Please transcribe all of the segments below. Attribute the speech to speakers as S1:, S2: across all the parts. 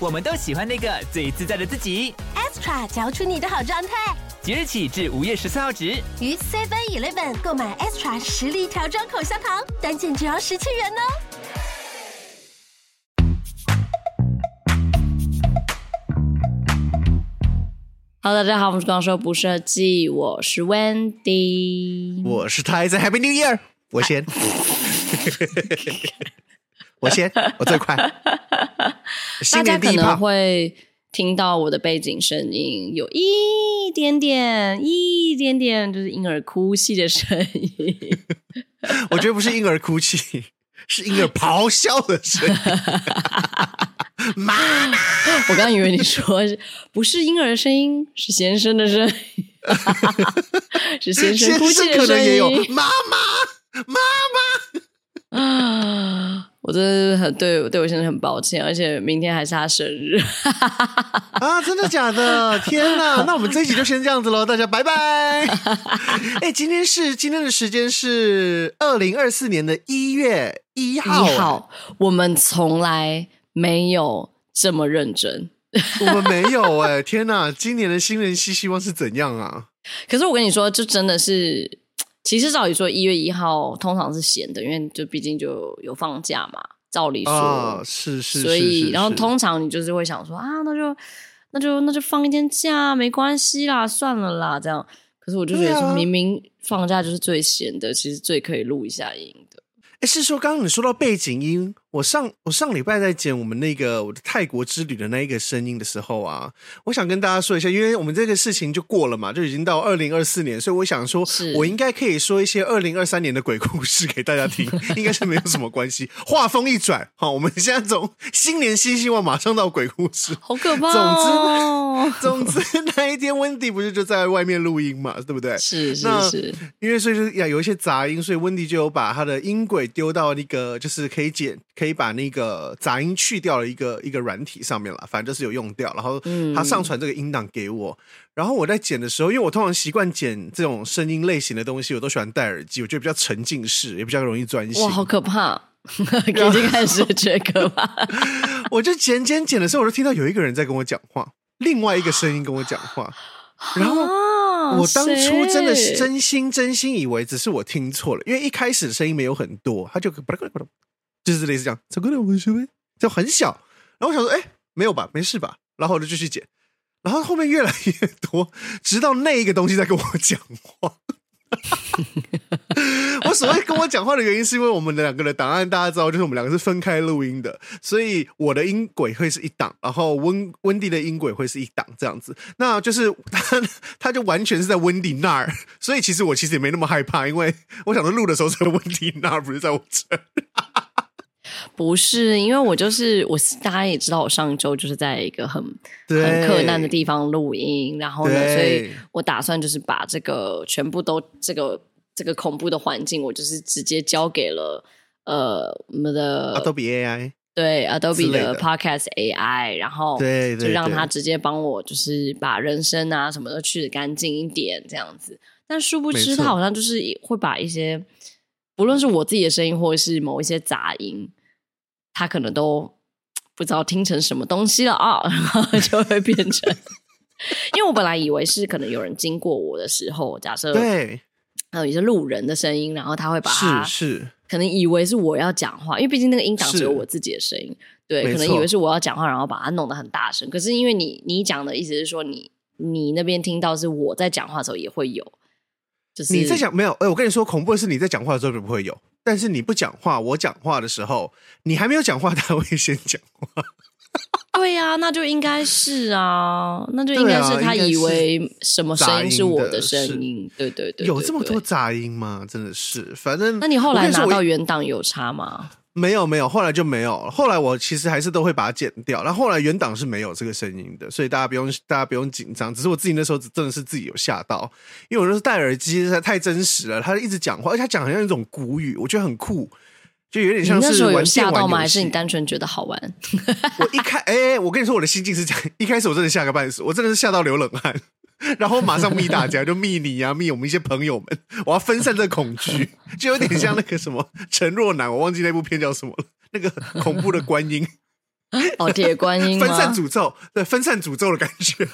S1: 我们都喜欢那个最自在的自己。
S2: extra 嚼出你的好状态。
S1: 即日起至五月十四号止。
S2: 于 Seven Eleven 购买 extra 实力调装口香糖，单件只要十七元哦。
S3: Hello，大家好，我们是光说不设计，我是 Wendy。
S4: 我是泰森，Happy New Year！我先，我先，我 最快。
S3: 大
S4: 新
S3: 家
S4: 年第
S3: 可
S4: 一
S3: 能
S4: 炮，
S3: 会听到我的背景声音，有一点点、一点点就是婴儿哭泣的声音。
S4: 我觉得不是婴儿哭泣，是婴儿 咆哮的声音。妈妈，
S3: 我刚以为你说不是婴儿的声音，是先生的声音， 是 先生
S4: 先
S3: 哭泣
S4: 生
S3: 的
S4: 可能
S3: 声
S4: 也有
S3: 音。
S4: 妈妈，妈
S3: 啊！我真的很对对我先生很抱歉，而且明天还是他生日。
S4: 妈啊！真的假的？天哪！那我们这一集就先这样子喽，大家 拜拜。哎，今天是今天的时间是二零二四年的一月一号，
S3: 你好，
S4: 哎
S3: 我们从来没有这么认真。
S4: 欸我们没有哎、天哪！今年的新人希希望是怎样啊？
S3: 可是我跟你说，这真的是，其实照理说一月一号通常是闲的，因为就毕竟就有放假嘛，照理说，
S4: 啊，是是，
S3: 所
S4: 是
S3: 以
S4: 是
S3: 然后
S4: 是
S3: 通常你就是会想说啊，那就那就那就放一天假，没关系啦，算了啦，这样。可是我就觉
S4: 对
S3: 得
S4: 啊
S3: 说，明明放假就是最闲的，其实最可以录一下音 的。
S4: 诶是说刚刚你说到背景音，我上我上礼拜在剪我们那个我的泰国之旅的那一个声音的时候啊，我想跟大家说一下，因为我们这个事情就过了嘛，就已经到二零二四年，所以我想说
S3: 是，
S4: 我应该可以说一些二零二三年的鬼故事给大家听，应该是没有什么关系。话锋一转，好，我们现在从新年新希望马上到鬼故事，
S3: 好可怕哦
S4: 哦！总之那一天温迪不是就在外面录音嘛，对不对？
S3: 是是
S4: 那
S3: 是，
S4: 因为所以就是呀有一些杂音，所以温迪就有把他的音轨丢到那个就是可以剪，可以把那个杂音去掉的一个一个软体上面了，反正就是有用掉。然后
S3: 嗯
S4: 他上传这个音档给我，然后我在剪的时候，因为我通常习惯剪这种声音类型的东西，我都喜欢戴耳机，我觉得比较沉浸式，也比较容易专心
S3: 哇，。好可怕！ 已经开始觉得可怕。
S4: 我就剪剪剪的时候，我就听到有一个人在跟我讲话，另外一个声音跟我讲话， 然后。
S3: 啊
S4: 我当初真的
S3: 谁
S4: 是真心真心以为只是我听错了，因为一开始声音没有很多，他就就是类似这样，这个我是就很小。然后我想说，哎，没有吧，没事吧？然后我就继续剪，然后后面越来越多，直到那一个东西在跟我讲话。 我所谓跟我讲话的原因，是因为我们两个的档案大家知道，就是我们两个是分开录音的，所以我的音轨会是一档，然后温温蒂的音轨会是一档这样子。那就是他他就完全是在温蒂那儿，所以其实我其实也没那么害怕，因为我想说录的时候在温蒂那儿，不是在我这儿。
S3: 不是，因为我就是我，大家也知道，我上周就是在一个很
S4: 对
S3: 很困难的地方录音，然后呢，
S4: 对
S3: 所以我打算就是把这个全部都这个这个恐怖的环境，我就是直接交给了呃我们的、
S4: 啊，都比 AI
S3: 对
S4: 之
S3: Adobe
S4: 类
S3: 的
S4: 的
S3: Podcast AI，然后
S4: 对
S3: 就
S4: 对
S3: 让他
S4: 对
S3: 直接帮我，就是把人声啊什么的去的干净一点这样子。但殊不知，
S4: 没
S3: 他
S4: 错
S3: 好像就是会把一些，不论是我自己的声音，或者是某一些杂音，他可能都不知道听成什么东西了啊， 然后就会变成。因为我本来以为是可能有人经过我的时候，假设
S4: 对，
S3: 还有一些路人的声音，然后他会把它
S4: 是是，
S3: 可能以为是我要讲话，因为毕竟那个音档只有
S4: 是
S3: 我自己的声音，对，
S4: 没
S3: 可能
S4: 错
S3: 以为是我要讲话，然后把它弄得很大声。可是因为你你讲的意思是说你你那边听到是我在讲话的时候也会有，就是
S4: 你在讲没有？哎、我跟你说，恐怖的是你在讲话的时候就不会有，但是你不讲话，我讲话的时候，你还没有讲话，他会先讲。
S3: 对呀、那就应该是 啊，那就
S4: 对啊
S3: 应该是他
S4: 应该是
S3: 以为什么声音是我
S4: 杂音的
S3: 声音，对对对，
S4: 有
S3: 对
S4: 这么多？
S3: 对
S4: 杂音吗？真的是，反正
S3: 那你后
S4: 我
S3: 来
S4: 跟说
S3: 拿
S4: 我
S3: 到原档有差吗？
S4: 没有没有，后来就没有了。后来我其实还是都会把它剪掉，然后后来原档是没有这个声音的，所以大家不用大家不用紧张。只是我自己那时候真的是自己有吓到，因为我那时候戴耳机实在太真实了，他一直讲话，而且他讲好像一种古语，我觉得很酷，就有点
S3: 你
S4: 像
S3: 那时
S4: 是
S3: 候有
S4: 玩
S3: 吓
S4: 电玩
S3: 到
S4: 游戏。
S3: 吗？还是你单纯觉得好玩？
S4: 我一开哎、我跟你说我的心境是这样， 一开始我真的吓个半死，我真的是吓到流冷汗， 然后马上密大家，就密你啊，密我们一些朋友们，我要分散这个恐惧， 就有点像那个什么陈若楠，我忘记那部片叫什么了，那个恐怖的观音，
S3: 哦，铁观音吗
S4: 分散诅咒，对，分散诅咒的感觉。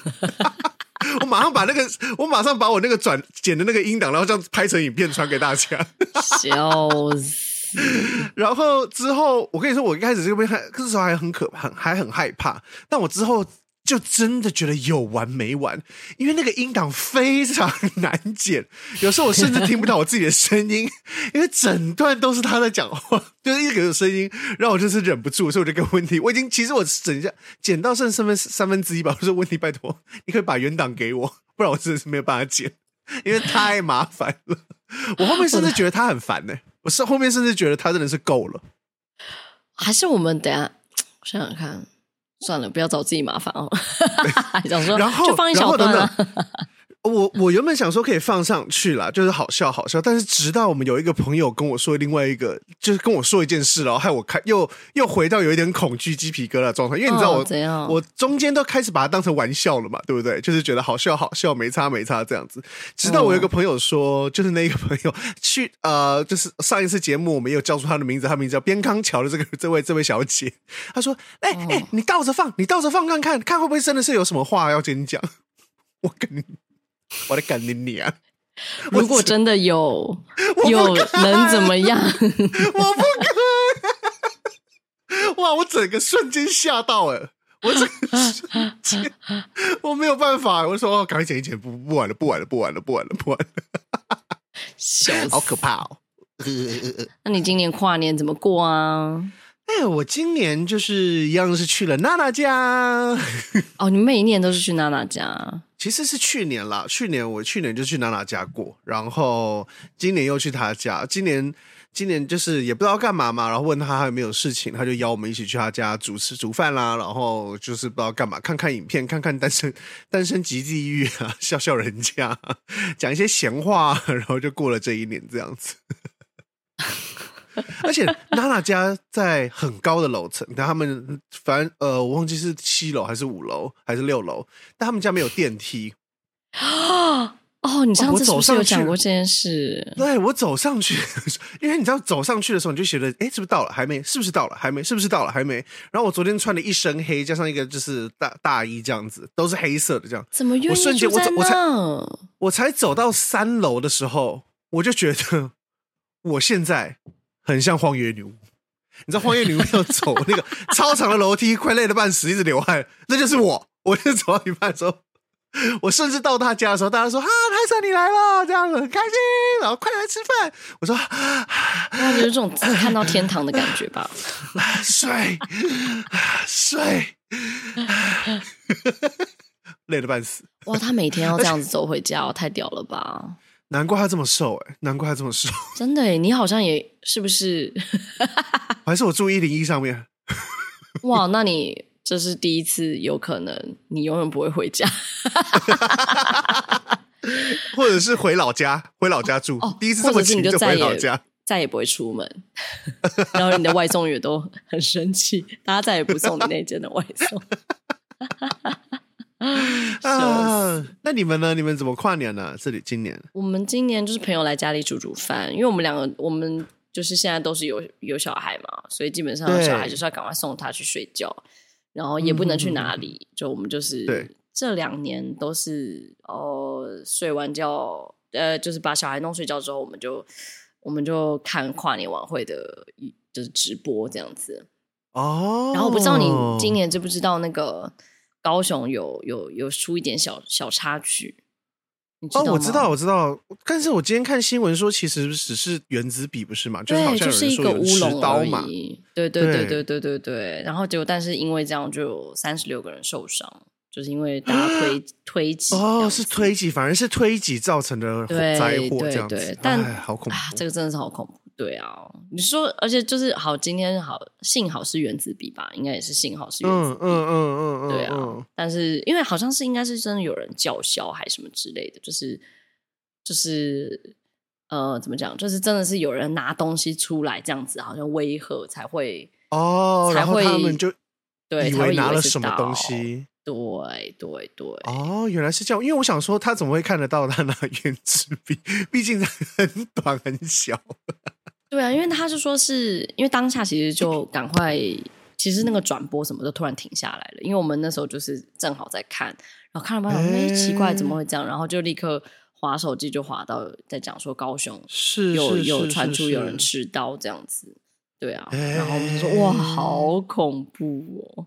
S4: 我马上把那个，我马上把我那个转剪的那个音档，然后这样拍成影片传给大家。
S3: 笑死！
S4: 然后之后，我跟你说，我一开始这边还那时候还很可怕，还很害怕。但我之后就真的觉得有完没完，因为那个音档非常难剪，有时候我甚至听不到我自己的声音，因为整段都是他在讲话，就是一个有声音，让我就是忍不住，所以我就跟温迪，我已经其实我整一下剪到剩三分三分之一吧，我说温迪，拜托，你可以把原档给我，不然我真的是没有办法剪，因为太麻烦了。我后面甚至觉得他很烦呢、我是后面甚至觉得他真的是够了。
S3: 还是我们等一下想想看，算了，不要找自己麻烦哦。 想说，
S4: 然后，
S3: 就放一
S4: 然
S3: 小
S4: 后等
S3: 段啊。
S4: 等， 我我原本想说可以放上去啦，就是好笑好笑，但是直到我们有一个朋友跟我说另外一个，就是跟我说一件事，然后害我开又又回到有一点恐惧鸡皮疙瘩的状态，因为你知道
S3: 哦
S4: 我、
S3: 怎样
S4: 我中间都开始把它当成玩笑了嘛，对不对？就是觉得好笑好笑，没差没差这样子。直到我有一个朋友说，就是那一个朋友去呃，就是上一次节目我们也有叫出她的名字，她名字叫边康桥的这个 这位这位小姐，她说：“哎、哎、你倒着放，你倒着放看看，看会不会真的是有什么话要跟你讲。” 我跟你，我的干你娘！我
S3: 如果真的 有
S4: 不
S3: 有
S4: 看
S3: 能怎么样？
S4: 我不敢！ 哇，我整个瞬间吓到哎、我整个瞬间，我没有办法，我说哦赶快剪一剪，不不玩了，不玩了，不玩了，不玩了，不玩了，
S3: 笑
S4: 好
S3: 死！
S4: 可怕哦！
S3: 那你今年跨年怎么过啊？
S4: 哎，我今年就是一样是去了娜娜家，
S3: 哦，你每一年都是去娜娜家，
S4: 其实是去年啦，去年我去年就去娜娜家过，然后今年又去她家，今年今年就是也不知道干嘛嘛，然后问她还有没有事情，她就邀我们一起去她家煮吃煮饭啦，然后就是不知道干嘛，看看影片，看看单身 单身即地狱啊， 笑笑人家，讲一些闲话啊，然后就过了这一年这样子。 而且娜娜家在很高的楼层，但他们反正呃，我忘记是七楼还是五楼还是六楼，但他们家没有电梯。
S3: 哦，你上
S4: 我
S3: 次是
S4: 走
S3: 不是有
S4: 上去
S3: 讲过这件事？
S4: 对我走上去， 因为你知道走上去的时候，你就觉得，哎，是不是到了？还没？是不是到了？还没？是不是到了？还没？然后我昨天穿了一身黑，加上一个就是大大衣这样子，都是黑色的这样。
S3: 怎么愿
S4: 我
S3: 意
S4: 瞬间
S3: 住
S4: 我
S3: 在
S4: 走我才
S3: 那？
S4: 我才走到三楼的时候，我就觉得我现在很像荒野女巫。你知道荒野女巫要走那个超长的楼梯，快累得半死，一直流汗，那就是我。我就走到一半的时候，我甚至到他家的时候，大家说啊，泰森你来了，这样子很开心，然后快来吃饭。我说啊
S3: 哇，就是这种看到天堂的感觉 吧。
S4: 啊睡啊睡，啊累得半死。
S3: 哇，他每天要这样子走回家、哦，太屌了吧！
S4: 难怪他这么瘦哎、难怪他这么瘦，
S3: 真的耶，你好像也是不是？
S4: 还是我住一零一上面。
S3: 哇，那你这是第一次，有可能你永远不会回家。
S4: 或者是回老家，回老家住。
S3: 哦，
S4: 第一次
S3: 或
S4: 这么
S3: 者是你
S4: 近
S3: 就再
S4: 回老
S3: 也
S4: 家，
S3: 再也不会出门，然后你的外送员都很生气，大家再也不送你那间的外送。笑
S4: 啊，那你们呢？你们怎么跨年呢、这里今年
S3: 我们今年就是朋友来家里煮煮饭，因为我们两个我们就是现在都是有有小孩嘛，所以基本上
S4: 对
S3: 小孩就是要赶快送他去睡觉，然后也不能去哪里，就我们就是
S4: 嗯对
S3: 这两年都是哦睡完觉，呃，就是把小孩弄睡觉之后，我们就我们就看跨年晚会的，就是直播这样子。
S4: 哦。
S3: 然后我不知道你今年知不知道那个高雄有有有出一点小小插曲，你知道
S4: 哦，
S3: 吗？
S4: 我知道，我知道，但是我今天看新闻说，其实只是原子笔，不是嘛？就是好
S3: 对，
S4: 像
S3: 就
S4: 有
S3: 是
S4: 人
S3: 一
S4: 说
S3: 个
S4: 有人
S3: 乌
S4: 持
S3: 龙
S4: 刀
S3: 而
S4: 嘛，
S3: 已。对对对对对
S4: 对
S3: 对对。然后结果，但是因为这样就有三十六个人受伤，就是因为大家推推挤这样子。
S4: 啊哦，是推挤，反而是推挤造成的火
S3: 对
S4: 灾祸
S3: 对
S4: 这样
S3: 对
S4: 子，
S3: 但
S4: 哎好恐
S3: 啊，
S4: 怖
S3: 这个真的是好恐怖。对啊，你说，而且就是好，今天好，幸好是原子笔吧，应该也是幸好是原子
S4: 嗯嗯
S3: 笔，
S4: 嗯嗯，
S3: 对啊
S4: 嗯
S3: 但是因为好像是应该是真的有人叫嚣还什么之类的，就是就是呃，怎么讲，就是真的是有人拿东西出来这样子，好像威吓才会
S4: 哦，
S3: 才
S4: 然后
S3: 会
S4: 他们就
S3: 对
S4: 以
S3: 才会
S4: 为拿了
S3: 是
S4: 什么
S3: 刀
S4: 东，西。
S3: 对对对，
S4: 哦，原来是这样，因为我想说，他怎么会看得到他拿圆珠笔？ 毕竟很短很小。
S3: 对啊，因为他是说是因为当下其实就赶快，其实那个转播什么都突然停下来了，因为我们那时候就是正好在看，然后看了半天，哎、
S4: 哎
S3: 奇怪，怎么会这样？然后就立刻划手机，就划到在讲说高雄
S4: 是
S3: 有
S4: 是
S3: 有
S4: 是
S3: 传
S4: 是
S3: 出有人
S4: 是
S3: 持刀这样子，对啊，
S4: 哎
S3: 然后我们就说哇，好恐怖哦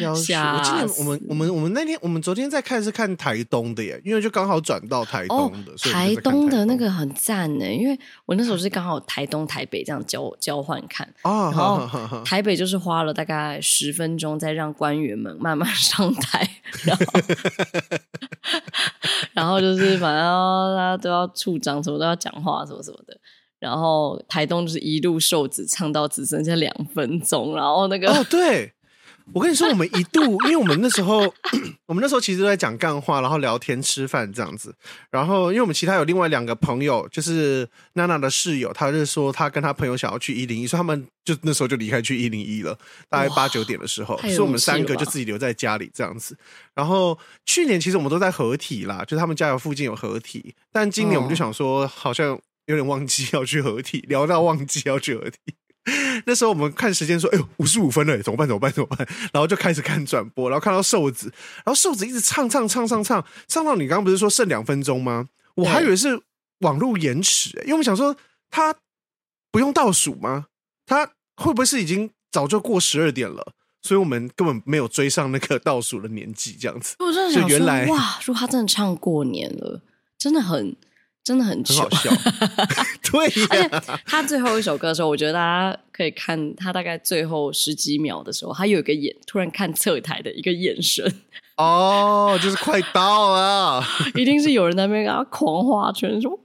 S4: 要死我记
S3: 吓
S4: 得
S3: 死
S4: 我们我们我们那天我们昨天在看是看台东的耶，因为就刚好转到台
S3: 哦！哦
S4: 东的，，所以我们
S3: 台
S4: 就在看
S3: 东的那个很赞呢，因为我那时候是刚好台东台北这样交交换看，
S4: 啊，
S3: 然后
S4: 哈哈哈哈
S3: 台北就是花了大概十分钟，再让官员们慢 慢上台， 然后然后就是反正大家都要处长什么都要讲话什么什么的。然后台东就是一路瘦子唱到只剩下两分钟，然后那个、
S4: 哦，对。我跟你 说，我们一度，因为我们那时候， 我们那时候其实都在讲干话，然后聊天、吃饭这样子。然后，因为我们其他有另外两个朋友，就是娜娜的室友，她就说她跟她朋友想要去一零一，所以他们就那时候就离开去一零一了，大概
S3: 哇
S4: 八九点的时候，
S3: 哦太
S4: 所
S3: 有
S4: 以我们
S3: 勇气
S4: 三
S3: 了
S4: 个就
S3: 吧
S4: 自己留在家里这样子。然后去年其实我们都在合体啦，就是他们家有附近有合体，但今年我们就
S3: 嗯
S4: 想说，好像有点忘记要去合体，聊到忘记要去合体。 那时候我们看时间说，哎呦，五十五分了，怎么办？怎么办？怎么办？然后就开始看转播，然后看到瘦子，然后瘦子一直唱唱唱唱唱，唱到你刚刚不是说剩两分钟吗？我还以为是网络延迟、欸因为我们想说他不用倒数吗？他会不会是已经早就过十二点了？所以我们根本没有追上那个倒数的年纪，这样子
S3: 我真的想
S4: 就原
S3: 说，
S4: 来
S3: 哇，如果他真的唱过年了，真的很真的很
S4: 很
S3: 糗
S4: 好。 笑。 对
S3: 而
S4: 呀、
S3: 且他最后一首歌的时候，我觉得大家可以看他大概最后十几秒的时候，他有一个眼突然看侧台的一个眼神，
S4: 哦，就是快到了。啊
S3: 一定是有人在那边给他狂画圈，说快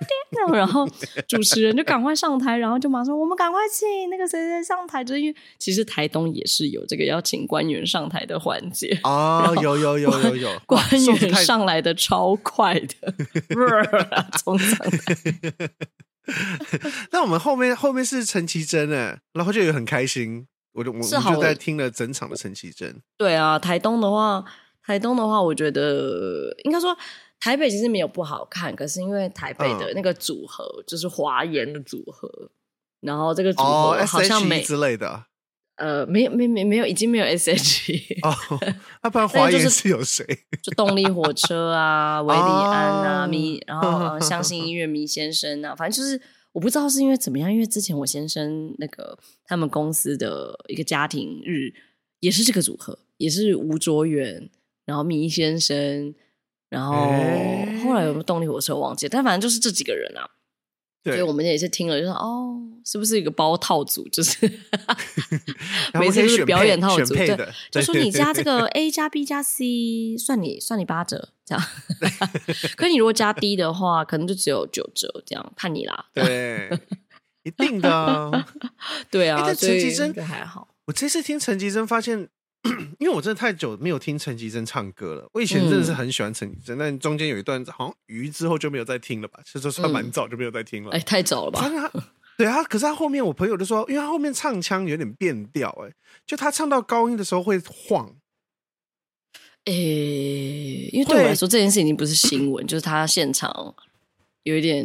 S3: 一点，啊然后主持人就赶快上台，然后就马上我们赶快请那个谁谁上台，就是因为其实台东也是有这个要请官员上台的环节。
S4: 哦，有有有有有，哇
S3: 官
S4: 瘦子
S3: 员
S4: 太
S3: 上来的超快 的，啊从上台
S4: 那我们后面后面是陈绮贞哎，然后就有很开心，我就我
S3: 是
S4: 我们
S3: 好
S4: 就在听了整场的陈绮贞。
S3: 对啊，台东的话，台东的话，我觉得应该说台北其实没有不好看，可是因为台北的
S4: 嗯
S3: 那个组合、就是华研的组合，然后这个组
S4: 哦
S3: 合好
S4: ，S
S3: 像
S4: H
S3: 没
S4: E、之类的
S3: 呃没有没没没有已经没有 S H E，、
S4: 哦，要不然华
S3: 但是就是
S4: 研是有谁？
S3: 就动力火车啊、维里安啊、
S4: 哦
S3: 迷，然后 呃相信音乐迷先生啊，反正就是我不知道是因为怎么样，因为之前我先生那个他们公司的一个家庭日也是这个组合，也是吴卓源，然后迷先生，然后
S4: 哎
S3: 后来有没有动力火车我忘记了，但反正就是这几个人啊，所以
S4: 对
S3: 我，们也是听了就说哦，是不是一个包套组？就是
S4: 然后
S3: 每
S4: 我
S3: 次
S4: 可以
S3: 就是
S4: 选
S3: 表
S4: 配
S3: 演套
S4: 选
S3: 组，
S4: 配
S3: 对
S4: 的，
S3: 就
S4: 对
S3: 说
S4: 对
S3: 你
S4: 对
S3: 加这个 A 加 B 加 C，算你算你八折这样。 可你如果加 D 的话，可能就只有九折这样，判你啦。
S4: 对，一定的啊。
S3: 对
S4: 哎
S3: 啊，
S4: 但
S3: 所
S4: 陈
S3: 以
S4: 绮贞
S3: 就还好。。
S4: 我这次听陈绮贞，发现， 因为我真的太久没有听陈绮贞唱歌了。我以前真的是
S3: 嗯
S4: 很喜欢陈绮贞，但中间有一段好像鱼之后就没有再听了吧，其实算蛮
S3: 嗯
S4: 早就没有再听了。
S3: 哎，太早了
S4: 发
S3: 吧？
S4: 现他，对他，可是他后面我朋友就说，因为他后面唱腔有点变调，哎，就他唱到高音的时候会晃，
S3: 哎，因为对我来说这件事已经不是新闻，就是他现场有一点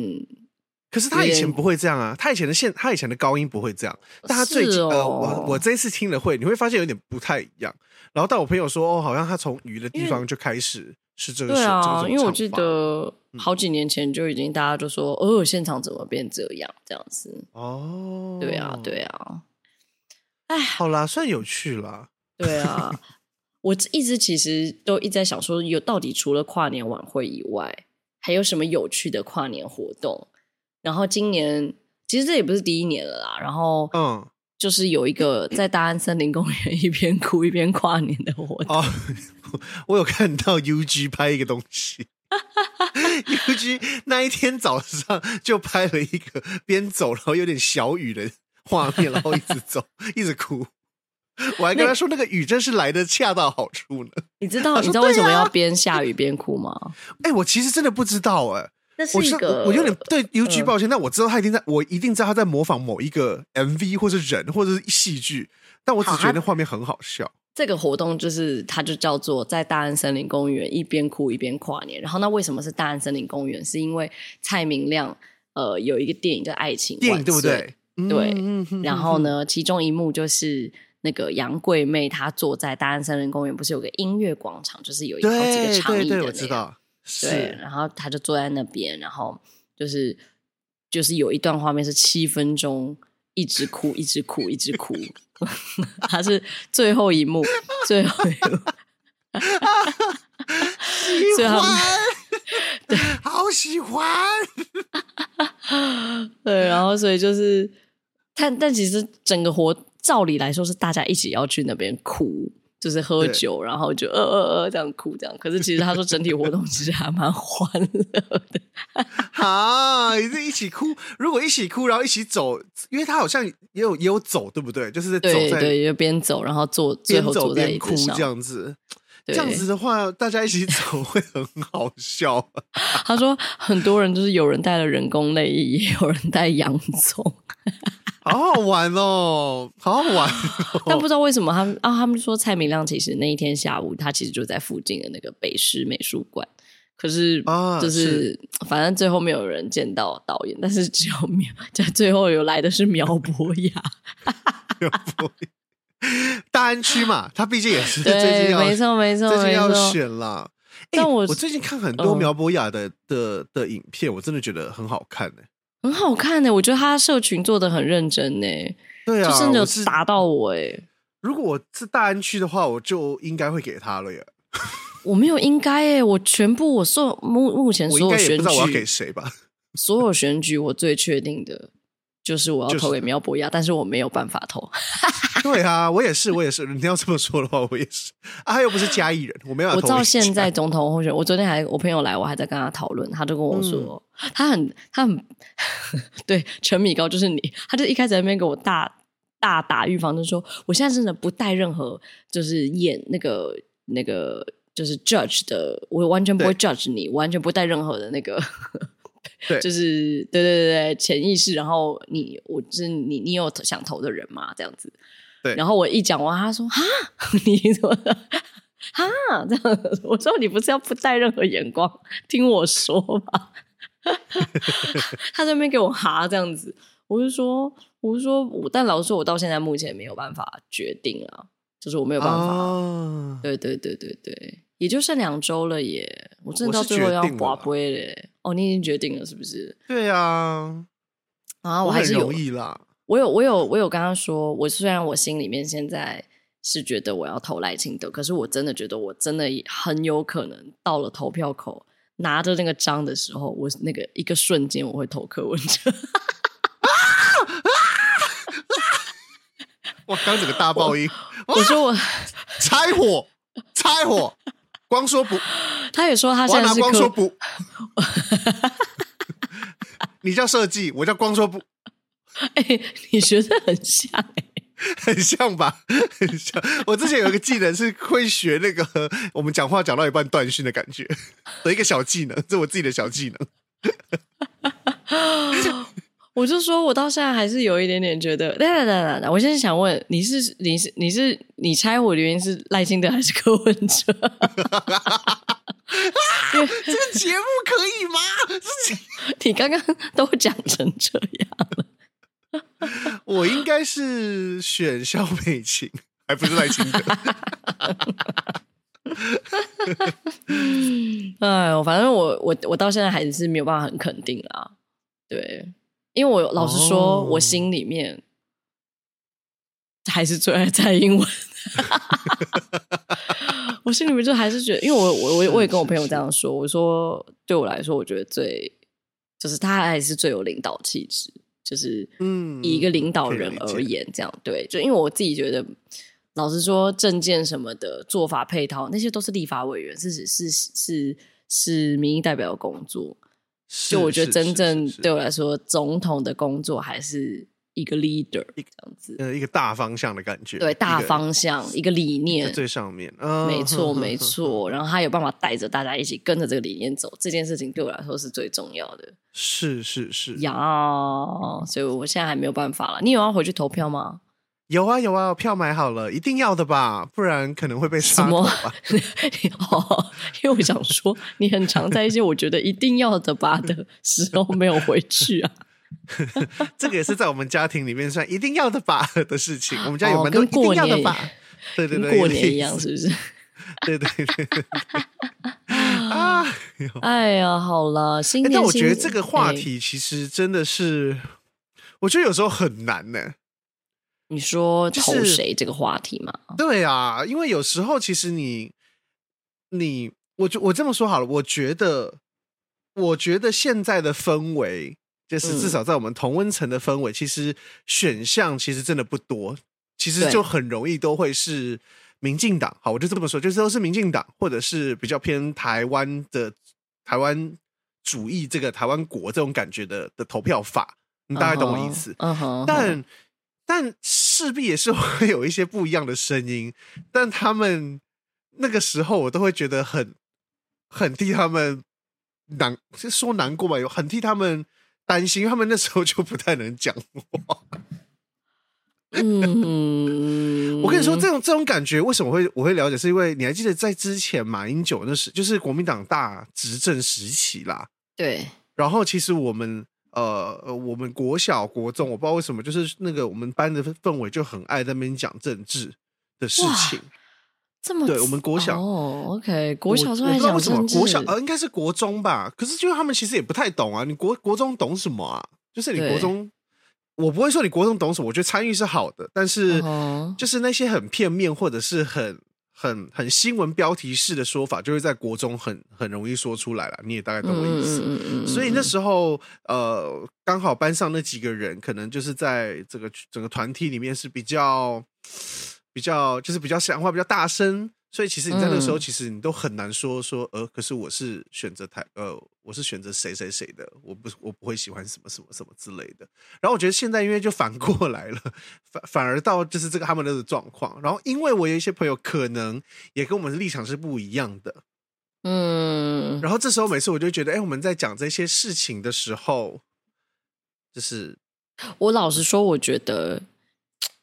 S4: 可是他以
S3: 有
S4: 前
S3: 点
S4: 不会这样啊，他以前的现，他以前的高音不会这样，但他最近、
S3: 是哦
S4: 呃，我我这一次听了会，你会发现有点不太一样。然后到我朋友说，哦，好像他从鱼的地方就开始是这个
S3: 对
S4: 是嗯这个
S3: 啊
S4: 这，个
S3: 因为我
S4: 唱
S3: 记
S4: 法
S3: 得好几年前就已经大家就说，哦，现场怎么变这样这样子？
S4: 哦，
S3: 对啊，对，啊，
S4: 好啦，算有趣啦，
S3: 对啊。我一直其实都一直在想说，有到底除了跨年晚会以外，还有什么有趣的跨年活动？然后今年其实这也不是第一年了啦。然后
S4: 嗯，
S3: 就是有一个在大安森林公园一边
S4: 哦
S3: 哭一边跨年的活动，
S4: 哦，我有看到 UG 拍一个东西， U G 那一天早上就拍了一个边走然后有点小雨的画面，然后一直 走一直哭。我还跟他说，那个雨真是来的恰到好处呢。
S3: 你知
S4: 啊
S3: 道你知道为什么要边下雨边哭吗？
S4: 哎、我其实真的不知道哎、
S3: 那是
S4: 我
S3: 一
S4: 是
S3: 个
S4: 我我有点对 U G
S3: 嗯
S4: 抱歉，但我知道他一定在，我一定知道他在模仿某一个 M V 或者人或者是戏剧，但我只
S3: 好
S4: 觉得
S3: 啊
S4: 那画面很好笑。
S3: 这个活动就是它就叫做在大安森林公园一边哭一边跨年。然后那为什么是大安森林公园？是因为蔡明亮呃有一个电影叫《爱情
S4: 电影
S3: 万
S4: 对不
S3: 岁
S4: 对？
S3: 对
S4: 嗯，嗯
S3: 然后？呢，其中一幕就是那个杨贵妹她坐在大安森林公园，不是有个音乐广场，就是有一
S4: 嗯嗯
S3: 好几个
S4: 对
S3: 长
S4: 对
S3: 椅的
S4: 对，
S3: 那
S4: 我知
S3: 样
S4: 道，
S3: 对，
S4: 是
S3: 然后他就坐在那边，然后就是就是有一段画面是七分钟，一直哭，一直哭，一直哭， 他是最后一幕，最后一幕，所以
S4: 喜
S3: 他
S4: 欢
S3: 们，
S4: 好喜欢。
S3: 对，然后所以就是，但但其实整个活照理来说是大家一起要去那边哭，就是喝
S4: 对
S3: 酒，然后就呃呃呃这样哭这样。可是其实他说整体活动其实还蛮欢乐 的，
S4: 啊，一直一起哭。如果一起哭，然后一起走，因为他好像也有也有走，对不对？就是在走
S3: 对
S4: 在
S3: 对，就边走然后坐，最
S4: 边
S3: 后
S4: 走
S3: 坐在
S4: 边
S3: 椅
S4: 哭
S3: 子上
S4: 这。样子。这
S3: 对
S4: 样子的话，大家一起走会很好笑。
S3: 他说很多人就是有人带了人工内衣，也有人带洋 葱，
S4: 哦好好玩哦，好好玩
S3: 但不
S4: 哦！
S3: 知道为什么他们啊，他们说蔡明亮其实那一天下午他其实就在附近的那个北师美术馆，可是
S4: 啊
S3: 就是、反正最后没有人见到导演，但是只有苗， 在最后有来的是苗博 雅，
S4: 大安区嘛，他毕竟也是最近
S3: 对，
S4: 要
S3: 没错没错
S4: 最近
S3: 没
S4: 要
S3: 错，
S4: 选啦。哎，
S3: 但
S4: 我
S3: 我
S4: 最近看很多
S3: 嗯
S4: 苗博雅的的的影片，我真的觉得很好看欸呢。
S3: 很好看欸呢、我觉得他社群做的很认真呢、
S4: 对啊，
S3: 就真的
S4: 我
S3: 有
S4: 是
S3: 打到我哎、
S4: 如果我是大安区的话，我就应该会给他了耶。
S3: 我没有应该哎、我全部我所目目前嗯
S4: 我
S3: 所
S4: 应
S3: 有
S4: 该也
S3: 选
S4: 不
S3: 举
S4: 知道我要给谁吧。
S3: 所有选举我最确定的就是我要
S4: 就是
S3: 投给苗博雅，但是我没有办法投。
S4: 对啊，我也是，我也是。你要这么说的话，我也是。啊，他又不是嘉义人，我没有要
S3: 我
S4: 投
S3: 到
S4: 给
S3: 现
S4: 嘉
S3: 在总统候选，我昨天还我朋友来，我还在跟他讨论，他就跟
S4: 嗯
S3: 我说，他很他很 对陈米高就是你，他就一开始在那边给我大大打预防针，说我现在真的不带任何就是演那个那个就是 judge 的，我完全不会 judge 你，完全不带任何的那个
S4: 对。
S3: 就是对对对对潜意识，然后你我就是你你有想投的人吗？这样子，
S4: 对
S3: 然后我一讲完，他说哈， 你怎么哈这样子？我说你不是要不带任何眼光听我说吗？ 他在那边给我哈这样子，我就说我就说我，但老实说，我到现在目前没有办法决定啊，就是我没有办法。
S4: 啊，
S3: 对对对对对，也就剩两周了耶，我真的
S4: 我
S3: 到
S4: 是
S3: 最后
S4: 决
S3: 要
S4: 定了
S3: 刮
S4: 啦
S3: 杯了耶。哦，你已经决定了是不是？
S4: 对啊，
S3: 啊，
S4: 我
S3: 还
S4: 很
S3: 是有
S4: 容，易啦。
S3: 我有，我有，我有跟他说，我虽然我心里面现在是觉得我要投赖清德，可是我真的觉得我真的很有可能到了投票口拿着那个章的时候，我那个一个瞬间我会投柯文 哲。
S4: 哇，刚整个大爆音，
S3: 我说我，
S4: 拆火，拆火，光说不，
S3: 他也说他
S4: 我要
S3: 现在
S4: 拿
S3: 是
S4: 光说
S3: 柯，
S4: 不。你叫设计，我叫光说不，
S3: 哎、你学的很像哎、
S4: 很像吧？很像。我之前有一个技能是会学那个我们讲话讲到一半断讯的感觉的一个小技能，这是我自己的小技能。
S3: 我就说，我到现在还是有一点点觉得，等等等等等，我现在想问，你是你是你是你拆我的原因是赖清德还是柯文哲？
S4: 这个节目可以吗？这节
S3: 你刚刚都讲成这样，
S4: 我应该是选肖美琴，还不是赖清德。
S3: 哎呦，反正我我我到现在还是没有办法很肯定啦。对，因为我老实说，
S4: 哦
S3: 我心里面还是最爱蔡英文。 我心里面就还是觉得，因为我我我我也跟我朋友这样说，我说对我来说，我觉得最就是他还是最有领导气质，就是
S4: 嗯
S3: 以一个领导
S4: 可以
S3: 人
S4: 理解
S3: 而言，这样对，就因为我自己觉得，老实说，证件什么的做法配套那些都是立法委员是是是是是民意代表的工作，
S4: 是
S3: 就我觉得
S4: 是
S3: 真
S4: 是
S3: 正
S4: 是是
S3: 对我来说，总统的工作还是一个 leader 这样子，
S4: 呃一个大方向的感觉，
S3: 对大
S4: 一个
S3: 方向一个理
S4: 在
S3: 念，
S4: 最上面，嗯
S3: 没错，
S4: 哼
S3: 没，错。然后他有办法带着大家一起跟着这个理念走，这件事情对我来说是最重要的
S4: 是是是，
S3: 呀。所以我现在还没有办法了。你有要回去投票吗？
S4: 有啊有啊，票买好了，一定要的吧，不然可能会被
S3: 什
S4: 杀头
S3: 么
S4: 吧。？
S3: 哦，因为我想说，你很常在一些我觉得一定要的吧的时候没有回去啊。
S4: 这个也是在我们家庭里面算一定要的吧 的事情，我们家有
S3: 哦
S4: 蛮多一
S3: 跟过
S4: 定要的
S3: 年
S4: 吧， 对对
S3: 跟
S4: 对，
S3: 过
S4: 有
S3: 年一
S4: 点
S3: 样，是不是？
S4: 对对对对对 啊！哎呦
S3: 哎呀，好了，新
S4: 欸
S3: 年、
S4: 但我觉得这
S3: 新
S4: 个话
S3: 哎
S4: 题其实真的是，我觉得有时候很难呢、
S3: 你说
S4: 就
S3: 投
S4: 是
S3: 谁这个话题嘛？
S4: 对啊，因为有时候其实你，你，我就我这么说好了，我觉得，我觉得现在的氛围，就是
S3: 嗯
S4: 至少在我们同温层的氛围，其实选项其实真的不多，其实
S3: 对
S4: 就很容易都会是民进党。好，我就这么说，就是都是民进党，或者是比较偏台湾的台湾主义这个台湾国这种感觉的的投票法，你大概懂我意思。
S3: 嗯哼，嗯哼
S4: 但但势必也是会有一些不一样的声音，但他们那个时候我都会觉得很很替他们难，是说难过吧，有很替他们担心，因为他们那时候就不太能讲话。
S3: 嗯，
S4: 我跟你说，这种这种感觉为什么会我会了解，是因为你还记得在之前马英九那时，就是国民党大执政时期啦，
S3: 对，
S4: 然后其实我们呃，呃我们国小国中，我不知道为什么，就是那个我们班的氛围就很爱在那边讲政治的事情。
S3: 这么
S4: 对我们国小
S3: 哦，OK，国小
S4: 我
S3: 时
S4: 我
S3: 候
S4: 不
S3: 还
S4: 知道
S3: 讲
S4: 为什么
S3: 政治，
S4: 国小呃，应该是国中吧？可是就是他们其实也不太懂啊，你国国中懂什么啊？就是你
S3: 对
S4: 国中，我不会说你国中懂什么，我觉得参与是好的，但是
S3: 嗯哼
S4: 就是那些很片面或者是很。很很新闻标题式的说法，就会在国中很很容易说出来了，你也大概
S3: 嗯
S4: 懂我意思。
S3: 嗯嗯嗯嗯，
S4: 所以那
S3: 嗯
S4: 时候，呃，刚好班上那几个人，可能就是在这个整个团体里面是比较、比较，就是比较讲话比较大声，所以其实你在那个时候，
S3: 嗯
S4: 其实你都很难说说，呃，可是我是选择台，呃，我是选择谁谁谁的，我不我不会喜欢什么什么什么之类的。然后我觉得现在因为就反过来了， 反反而到就是这个他们的状况。然后因为我有一些朋友可能也跟我们的立场是不一样的，
S3: 嗯，
S4: 然后这时候每次我就觉得，哎、我们在讲这些事情的时候，就是
S3: 我老实说，我觉得，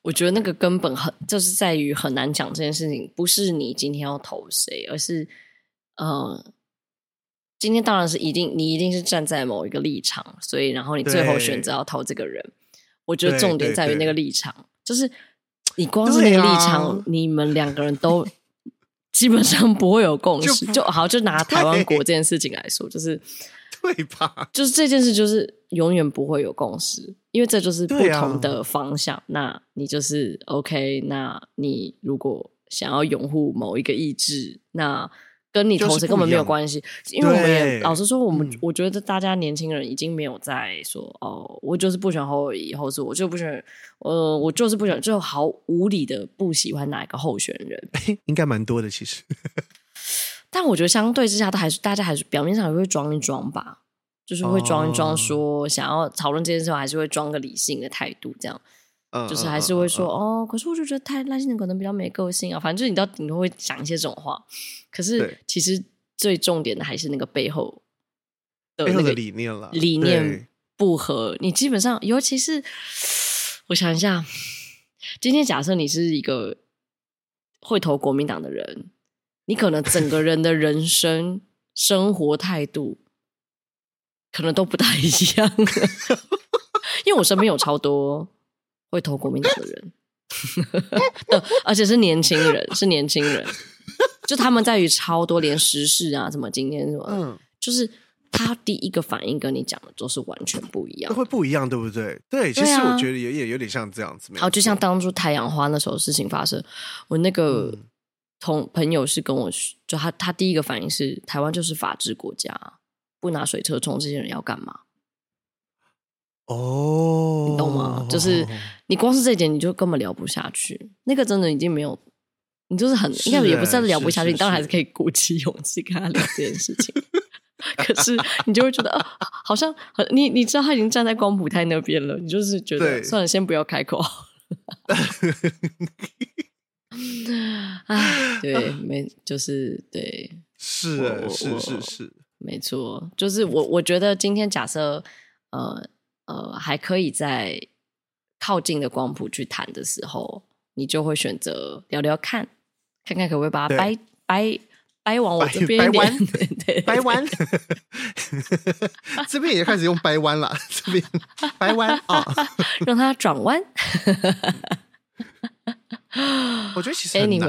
S3: 我觉得那个根本很就是在于很难讲这件事情，不是你今天要投谁，而是，呃，今天当然是一定你一定是站在某一个立场，所以然后你最后
S4: 对
S3: 选择要投这个人。我觉得
S4: 对
S3: 重点
S4: 对
S3: 在于那
S4: 对
S3: 个立场，就是你光是那个
S4: 对
S3: 立
S4: 啊
S3: 场，你们两个人都基本上不会有共
S4: 就
S3: 识。
S4: 不
S3: 就好，就拿台湾
S4: 对
S3: 国这件事情来说，就是。
S4: 对吧？
S3: 就是这件事就是永远不会有共识，因为这就是不
S4: 对啊
S3: 同的方向。那你就是 OK，那你如果想要拥护某一个意志，那跟你投
S4: 就
S3: 谁
S4: 是不一
S3: 根
S4: 样
S3: 本没有关系，因为我们也
S4: 对
S3: 老实说，我们、
S4: 嗯
S3: 我觉得大家年轻人已经没有在说哦，我就是不喜欢侯友宜，或是我就不喜欢，呃，我就是不喜欢，就毫无理的不喜欢哪一个候选人。
S4: 哎应该蛮多的，其实。
S3: 但我觉得相对之下，他还是大家还是表面上也会装一装吧，就是会装一装，
S4: 哦
S3: 说想要讨论这件事，还是会装个理性的态度，这样
S4: 嗯
S3: 就是还是会说、
S4: 嗯嗯嗯
S3: 哦，可是我就觉得太赖幸的可能比较没个性啊，反正就是你到顶多会讲一些这种话，可是
S4: 对
S3: 其实最重点的还是那个背后的
S4: 背
S3: 那
S4: 后
S3: 个
S4: 的理念了，
S3: 理
S4: 对
S3: 念不合，你基本上，尤其是我想一下，今天假设你是一个会投国民党的人，你可能整个人的人生、 生活态度，可能都不太一样。 因为我身边有超多会投国民党的人， 的而且是年轻人，是年轻人，就他们在于超多连时事啊，什么今天什么，
S4: 嗯，
S3: 就是他第一个反应跟你讲的都是完全不一
S4: 都
S3: 样。
S4: 会不一样，对不对？对，其
S3: 对
S4: 实
S3: 啊
S4: 我觉得也也有点像这样子。没
S3: 好，就
S4: 错
S3: 像当初太阳花那时候事情发生，我那个
S4: 嗯
S3: 同朋友是跟我说，就他他第一个反应是台湾就是法治国家，不拿水车冲这些人要干嘛？
S4: 哦，
S3: 你懂吗？就是你光是这一点你就根本聊不下去，那个真的已经没有，你就是很
S4: 是
S3: 应该也不是
S4: 欸
S3: 聊不
S4: 是
S3: 下去，
S4: 是
S3: 你当然还是
S4: 是
S3: 可以鼓起勇气跟他聊这件事情。可是你就会觉得，呃、好像你你知道他已经站在光谱太那边了，你就是觉得
S4: 对
S3: 算了，先不要开 口。哎，对，没就是对，
S4: 是
S3: 我
S4: 欸是
S3: 我
S4: 是是，
S3: 没错，就是我我觉得今天假设呃呃还可以在靠近的光谱去谈的时候，你就会选择聊聊看，看看可不可以把它
S4: 对
S3: 掰掰掰往我
S4: 掰
S3: 这边一
S4: 掰
S3: 点
S4: 弯，
S3: 对对，
S4: 掰弯， 这边也开始用掰弯啦，这边掰弯啊、
S3: 让它转弯。
S4: 我觉得其实很难欸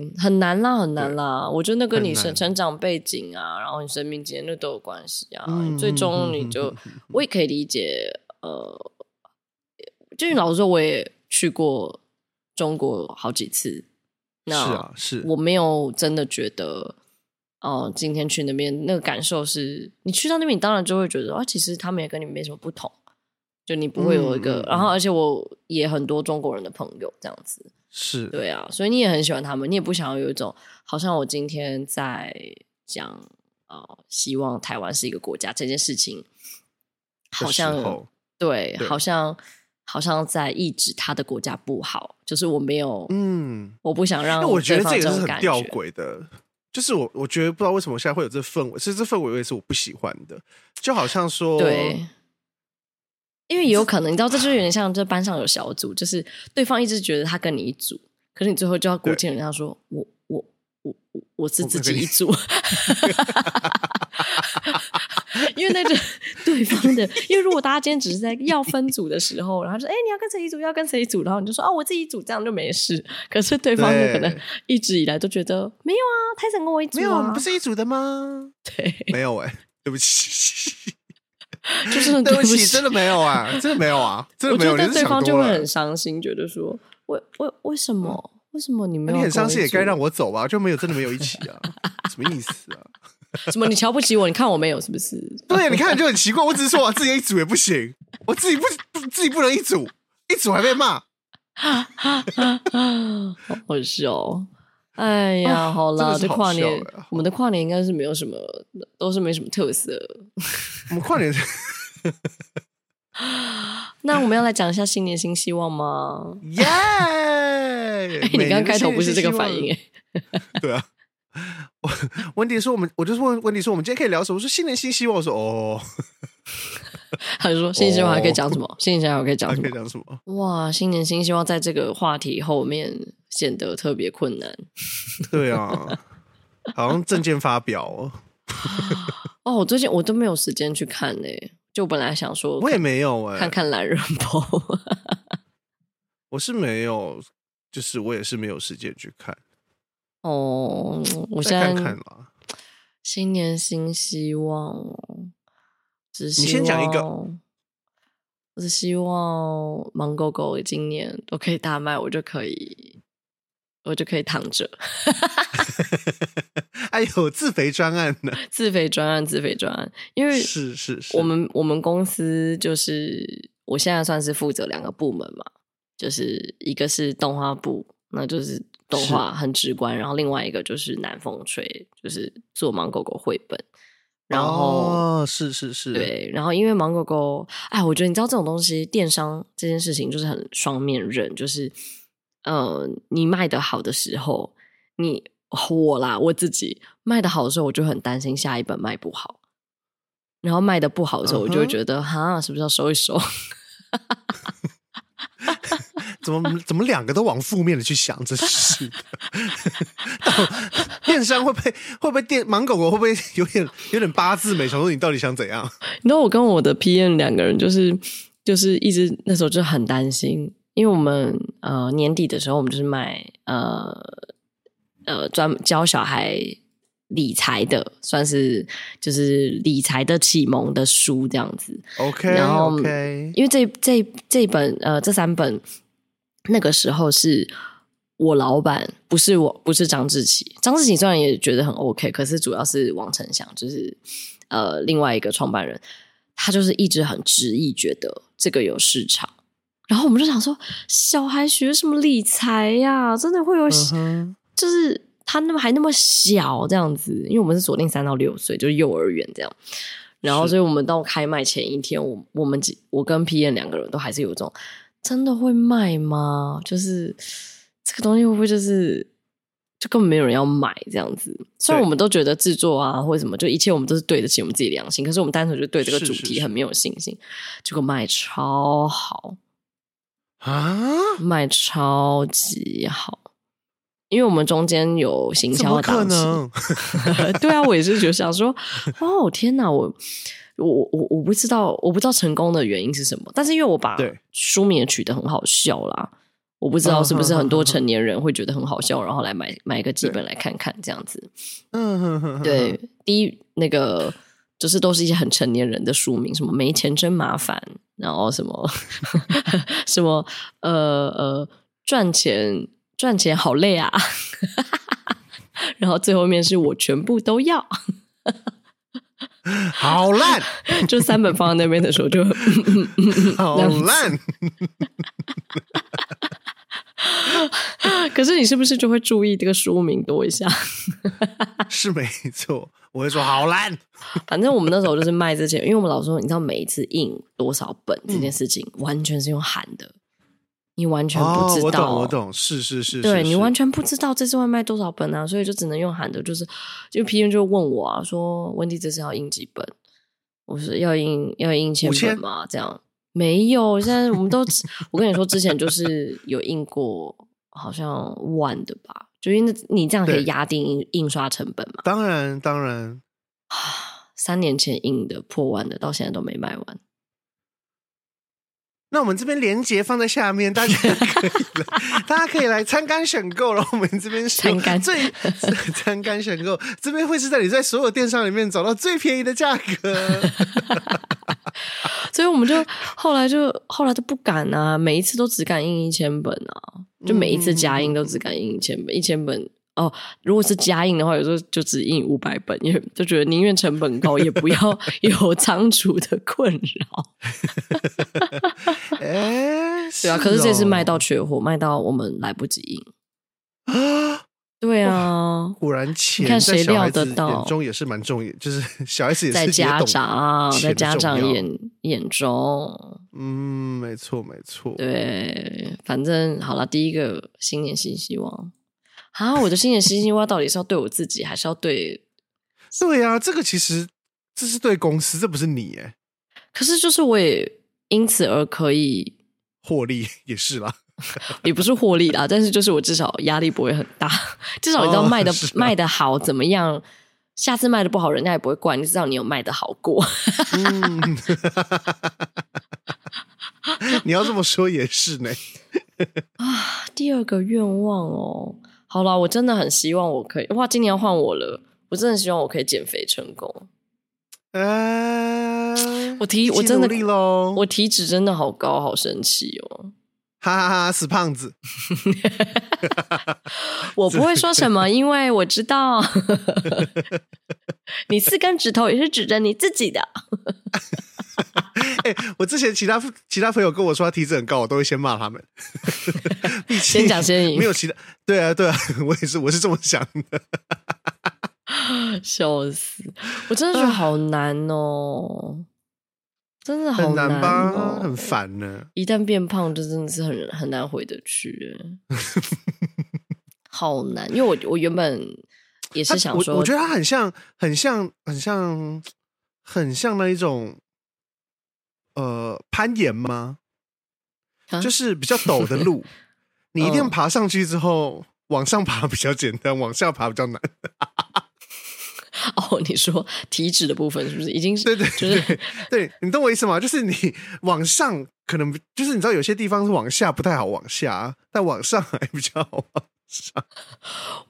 S3: anyway，很难啦，很难啦。我觉得那跟
S4: 很
S3: 你成
S4: 难
S3: 成长背景啊，然后你生命经验那都有关系啊。
S4: 嗯
S3: 最
S4: 嗯
S3: 终
S4: 嗯
S3: 你就，
S4: 嗯嗯
S3: 我也可以理解。呃，就是老实说，我也去过中国好几次。那
S4: 是啊是，
S3: 我没有真的觉得，哦、今天去那边那个感受是，你去到那边，你当然就会觉得啊，其实他们也跟你没什么不同，就你不会有一个，
S4: 嗯嗯嗯
S3: 然后而且我也很多中国人的朋友这样子，
S4: 是
S3: 对啊，所以你也很喜欢他们，你也不想要有一种好像我今天在讲哦，希望台湾是一个国家这件事情，
S4: 的
S3: 好
S4: 时
S3: 像
S4: 候
S3: 对，
S4: 对
S3: 好像好像在抑制他的国家不好，就是我没有，
S4: 嗯。
S3: 我不想让
S4: 那我觉
S3: 对
S4: 得
S3: 方
S4: 这
S3: 这
S4: 也是
S3: 种
S4: 很
S3: 感
S4: 吊
S3: 觉
S4: 诡的，就是我我觉得不知道为什么现在会有这氛围，其实这氛围我也是我不喜欢的，就好像说，
S3: 对，因为也有可能，你知道，这就有点像这班上有小组，就是对方一直觉得他跟你一组，可是你最后就要鼓起人家说，我我我我我是自
S4: 我不跟
S3: 己
S4: 你
S3: 一组， 因为那个对方的，因为如果大家今天只是在要分组的时候，然后说，哎、你要跟谁一组，要跟谁一组，然后你就说，哦，我自己一组，这样就没事。可是对方就可能
S4: 对
S3: 一直以来都觉得没有啊，泰森跟我一组、啊，
S4: 没有，我们不是一组的吗？
S3: 对，
S4: 没有哎、对不 起，
S3: 就是那种
S4: 对不
S3: 嗯不
S4: 起，
S3: 起
S4: 真的没有啊，真的没 有啊，真
S3: 我
S4: 的没
S3: 觉
S4: 有，你
S3: 得
S4: 是
S3: 对
S4: 想
S3: 方就
S4: 多
S3: 会
S4: 了嗯
S3: 很。伤心，觉得说，为为为什么？为什么你没有？
S4: 那你很伤心，也该让
S3: 我
S4: 我走吧，就没有真的没有一起 啊，什么意思啊？
S3: 什么？你瞧不起我？你看我没有是不是？
S4: 对，啊你看就很奇怪，我只是说我自己一组也不行，我自己不不自己不能一组，一组还被骂，
S3: 啊好好笑。哎呀，好啦，
S4: 啊真的
S3: 这
S4: 是
S3: 跨
S4: 好笑
S3: 年
S4: 哎
S3: 我们的跨年应该是没有什么，都是没什么特色。
S4: 我们 快点。
S3: 那我们要来讲一下新年新希望吗？
S4: 耶！
S3: 哎，你
S4: 每
S3: 刚
S4: 年的
S3: 开头
S4: 新年
S3: 不是这个
S4: 新希
S3: 反
S4: 望
S3: 应哎，
S4: 对啊。我 温迪说：“我们，我就是问温迪说，我们今天可以聊什么？”我说：“新年新希望。”我说：“哦，
S3: 他就说新年希望还可以
S4: 哦
S3: 讲什么？新年希望还可以讲
S4: 还
S3: 什
S4: 可以
S3: 么？
S4: 讲什么
S3: 哇，新年新希望在这个话题后面显得特别困难。？”
S4: 对啊，好像证件发表哦，
S3: 哦，我最近我都没有时间去看呢、就本来想说
S4: 我也没有哎、
S3: 看看懒人包，
S4: 我是没有，就是我也是没有时间去看，
S3: 哦，我
S4: 我
S3: 现在
S4: 看看啦。
S3: 新年新希望哦，只希望
S4: 你先讲一个，
S3: 我只希望盲狗狗今年都可以大卖，我就可以，我就可以躺着
S4: 哎呦，自肥专案呢？
S3: 自肥专案，自肥专案，因为
S4: 是是是，
S3: 我们我们公司就是我现在算是负责两个部门嘛，就是一个是动画部，那就是动画很直观，然后另外一个就是南风吹，就是做盲狗狗绘本，然后、
S4: 哦、是是是，，
S3: 对，然后因为盲狗狗，哎，我觉得你知道这种东西，电商这件事情就是很双面刃，就是呃，你卖的好的时候，你我啦我自己卖的好的时候，我就很担心下一本卖不好，然后卖的不好的时候，我就会
S4: 嗯哼
S3: 觉得哈、是不是要收一收？
S4: 怎么怎么两个都往负面的去想，真是的。 到电商会不会会不会电盲狗狗会不会有点有点八字眉？想说你到底想怎样？
S3: 你知道我跟我的 PM 两个人就是就是一直那时候就很担心，因为我们呃年底的时候我们就是卖呃呃专教小孩理财的，算是就是理财的启蒙的书这样子。
S4: OK，
S3: 然后
S4: OK，
S3: 因为这这这本呃这三本那个时候是我老板，不是我，不是张志奇。张志奇虽然也觉得很 OK，可是主要是王成祥，就是呃另外一个创办人，他就是一直很执意觉得这个有市场。然后我们就想说，小孩学什么理财呀、真的会有
S4: 嗯哼
S3: 就是他那么还那么小这样子，因为我们是锁定三到六岁，就是幼儿园这样。然后，
S4: 是
S3: 所以我们到开卖前一天，我我们几我跟 P N 两个人都还是有一种真的会卖吗？就是这个东西会不会就是就根本没有人要买这样子？虽然
S4: 对
S3: 我们都觉得制作啊或者什么，就一切我们都是对得起我们自己良心，可是我们单纯就对这个
S4: 是
S3: 主
S4: 是
S3: 题
S4: 是
S3: 很没有信心，结果卖超好，
S4: 啊，
S3: 卖超级好。因为我们中间有行
S4: 怎
S3: 销的
S4: 么可
S3: 档期，
S4: 能？
S3: 对啊，我也是觉得想说，哦天哪，我我我我不知道，我不知道成功的原因是什么，但是因为我把
S4: 对
S3: 书名也取得很好笑啦，我不知道是不是很多
S4: 嗯哼哼哼
S3: 成年人会觉得很好笑，然后来买买个几本来看看这样子。
S4: 嗯哼哼，哼，
S3: 对，第一那个就是都是一些很成年人的书名，什么没钱真麻烦，然后什么 什么呃呃赚钱赚钱好累啊， 然后最后面是我全部都要，
S4: 好烂，
S3: 就三本放在那边的时候就
S4: 好烂，
S3: 可是你是不是就会注意这个书名多一下？
S4: 是没错。我会说好烂，
S3: 反正我们那时候就是卖这些，因为我们老师说，你知道每一次印多少本这件事情，完全是用喊的，你完全不
S4: 嗯哦，
S3: 知
S4: 我
S3: 道，
S4: 懂，我懂，是是是，
S3: 对
S4: 是
S3: 你
S4: 是
S3: 完全不知道这次外卖多少本啊，所以就只能用喊的，就是就 P N 就问我啊，说温迪这次要印几本？我说要印要印一千
S4: 5000
S3: 本吗？这样没有，现在我们都我跟你说，之前就是有印过好像万的吧，就因为那你这样可
S4: 对
S3: 以压低印印刷成本嘛。
S4: 当然当然，
S3: 三年前印的破万的，到现在都没卖完。
S4: 那我们这边链接放在下面，大家可以来，大家可以来参观选购。然后我们这边说
S3: 参观
S4: 最 参观选购，这边会是在你在所有电商里面找到最便宜的价 格。
S3: 所以我们就后来就后来就不敢啊，每一次都只敢印一千本啊，就每一次加
S4: 嗯
S3: 印都只敢印一千本，一千本哦。如果是加印的话，有时候就只印五百本，因为就觉得宁愿成本高，也不 要有仓储的困扰，
S4: 哎，
S3: 对啊。
S4: 哦
S3: 可是这次卖 到缺货，卖到我们来不及印，
S4: 啊，
S3: 对啊，
S4: 果然钱
S3: 你看
S4: 在
S3: 谁
S4: 小孩
S3: 料
S4: 子
S3: 得到
S4: 眼中也是蛮重要， 就是小孩子也是
S3: 在
S4: 也
S3: 家
S4: 懂
S3: 长
S4: 钱
S3: 在
S4: 的
S3: 家
S4: 重
S3: 长
S4: 要
S3: 眼眼中，
S4: 嗯，没错没错，
S3: 对，反正好了，第一个新年新希望啊，我的新年新希望到底是要对我自己，还是要对？
S4: 对呀、啊，这个其实这是对公司，这不是你哎，
S3: 可是就是我也因此而可以，
S4: 获利也 是啦。
S3: 也不是获利啦，但是就是我至少压力不会很大，至少你知道
S4: 哦
S3: 卖的、
S4: 是啊
S3: 卖的好怎么样，下次卖的不好，人家也不会怪你，至少你有卖的好过。
S4: 嗯， 你要这么说也是呢。
S3: 啊第二个愿望哦，好啦，我真的很希望我可以哇，今年要换我了，我真的希望我可以减肥成功。
S4: 呃，
S3: 我提
S4: 一起
S3: 我真的
S4: 努力喽，
S3: 我体脂真的好高，好神奇哦。
S4: 哈哈哈，死胖子，
S3: 我不会说什 么，因为我知道， 你四根指头也是指着你自己的。
S4: 哎、我之前其他其他朋友跟我说他体脂很高，我都会先骂他们。 毕竟
S3: 先讲先赢
S4: 没有其他，对啊对啊， 我也是我是这么想的。
S3: 笑死！我真的觉得好难哦，真的好
S4: 很难吧？
S3: 哦
S4: 很烦呢。
S3: 一旦变胖，就真的是很很难回得 去，哎好难。因为我我原本也
S4: 他
S3: 是想
S4: 我
S3: 说，
S4: 我觉得他很像，很像，很像，很像那一种，呃，攀岩吗？
S3: 啊哦
S4: 就是比较陡的 路，你一定爬上去之后，往上爬比较简单，往下爬比较难。
S3: 哦，你说体脂的部分是不是已经是
S4: 对对
S3: 就
S4: 对，
S3: 是
S4: 对你懂我意思吗？就是你往上可能就是你知道有些地方是往下不太好往下，啊但往上还比 较好往上。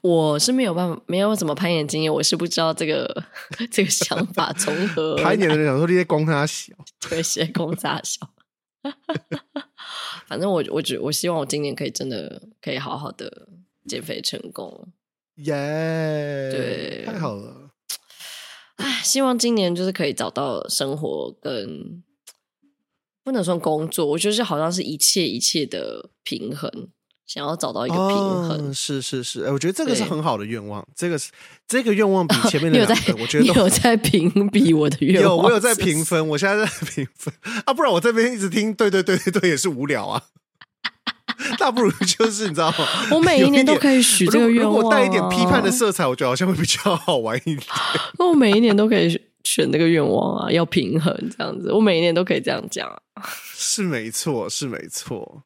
S3: 我是没有办法，没有什么攀岩经验，我是不知道这个 这个想法从何而来
S4: 攀岩的人想说这些光他小，
S3: 对，斜空炸笑。 反正我我只我希望我今年可以真的可以好好的减肥成功。
S4: 耶、
S3: 对
S4: 太好了。
S3: 唉，希望今年就是可以找到生活跟不能算工作，我觉得是好像是一切一切的平衡。想要找到一个平衡。
S4: 哦是是是，哎，我觉得这个是
S3: 对
S4: 很好的愿望，这个是这个愿望比前 面
S3: 你
S4: 的
S3: 有
S4: 两
S3: 在
S4: 个，我觉
S3: 你
S4: 得都
S3: 有在评比我的愿望？
S4: 有我有在
S3: 是不是
S4: 评分，我现在在评分啊，不然我这边一直听，对对对对对，也是无聊啊。 大不如就是你知道吗？
S3: 我每
S4: 有
S3: 一
S4: 一
S3: 年都
S4: 点
S3: 可以许
S4: 如
S3: 这个
S4: 果
S3: 愿望、啊。
S4: 如果带一点批判的色彩，我觉得好像会比较好玩 一点。
S3: 那我每一年都可以选选这个愿望啊，要平衡这样子。我每一年都可以这样讲啊。
S4: 是没错， 是没错。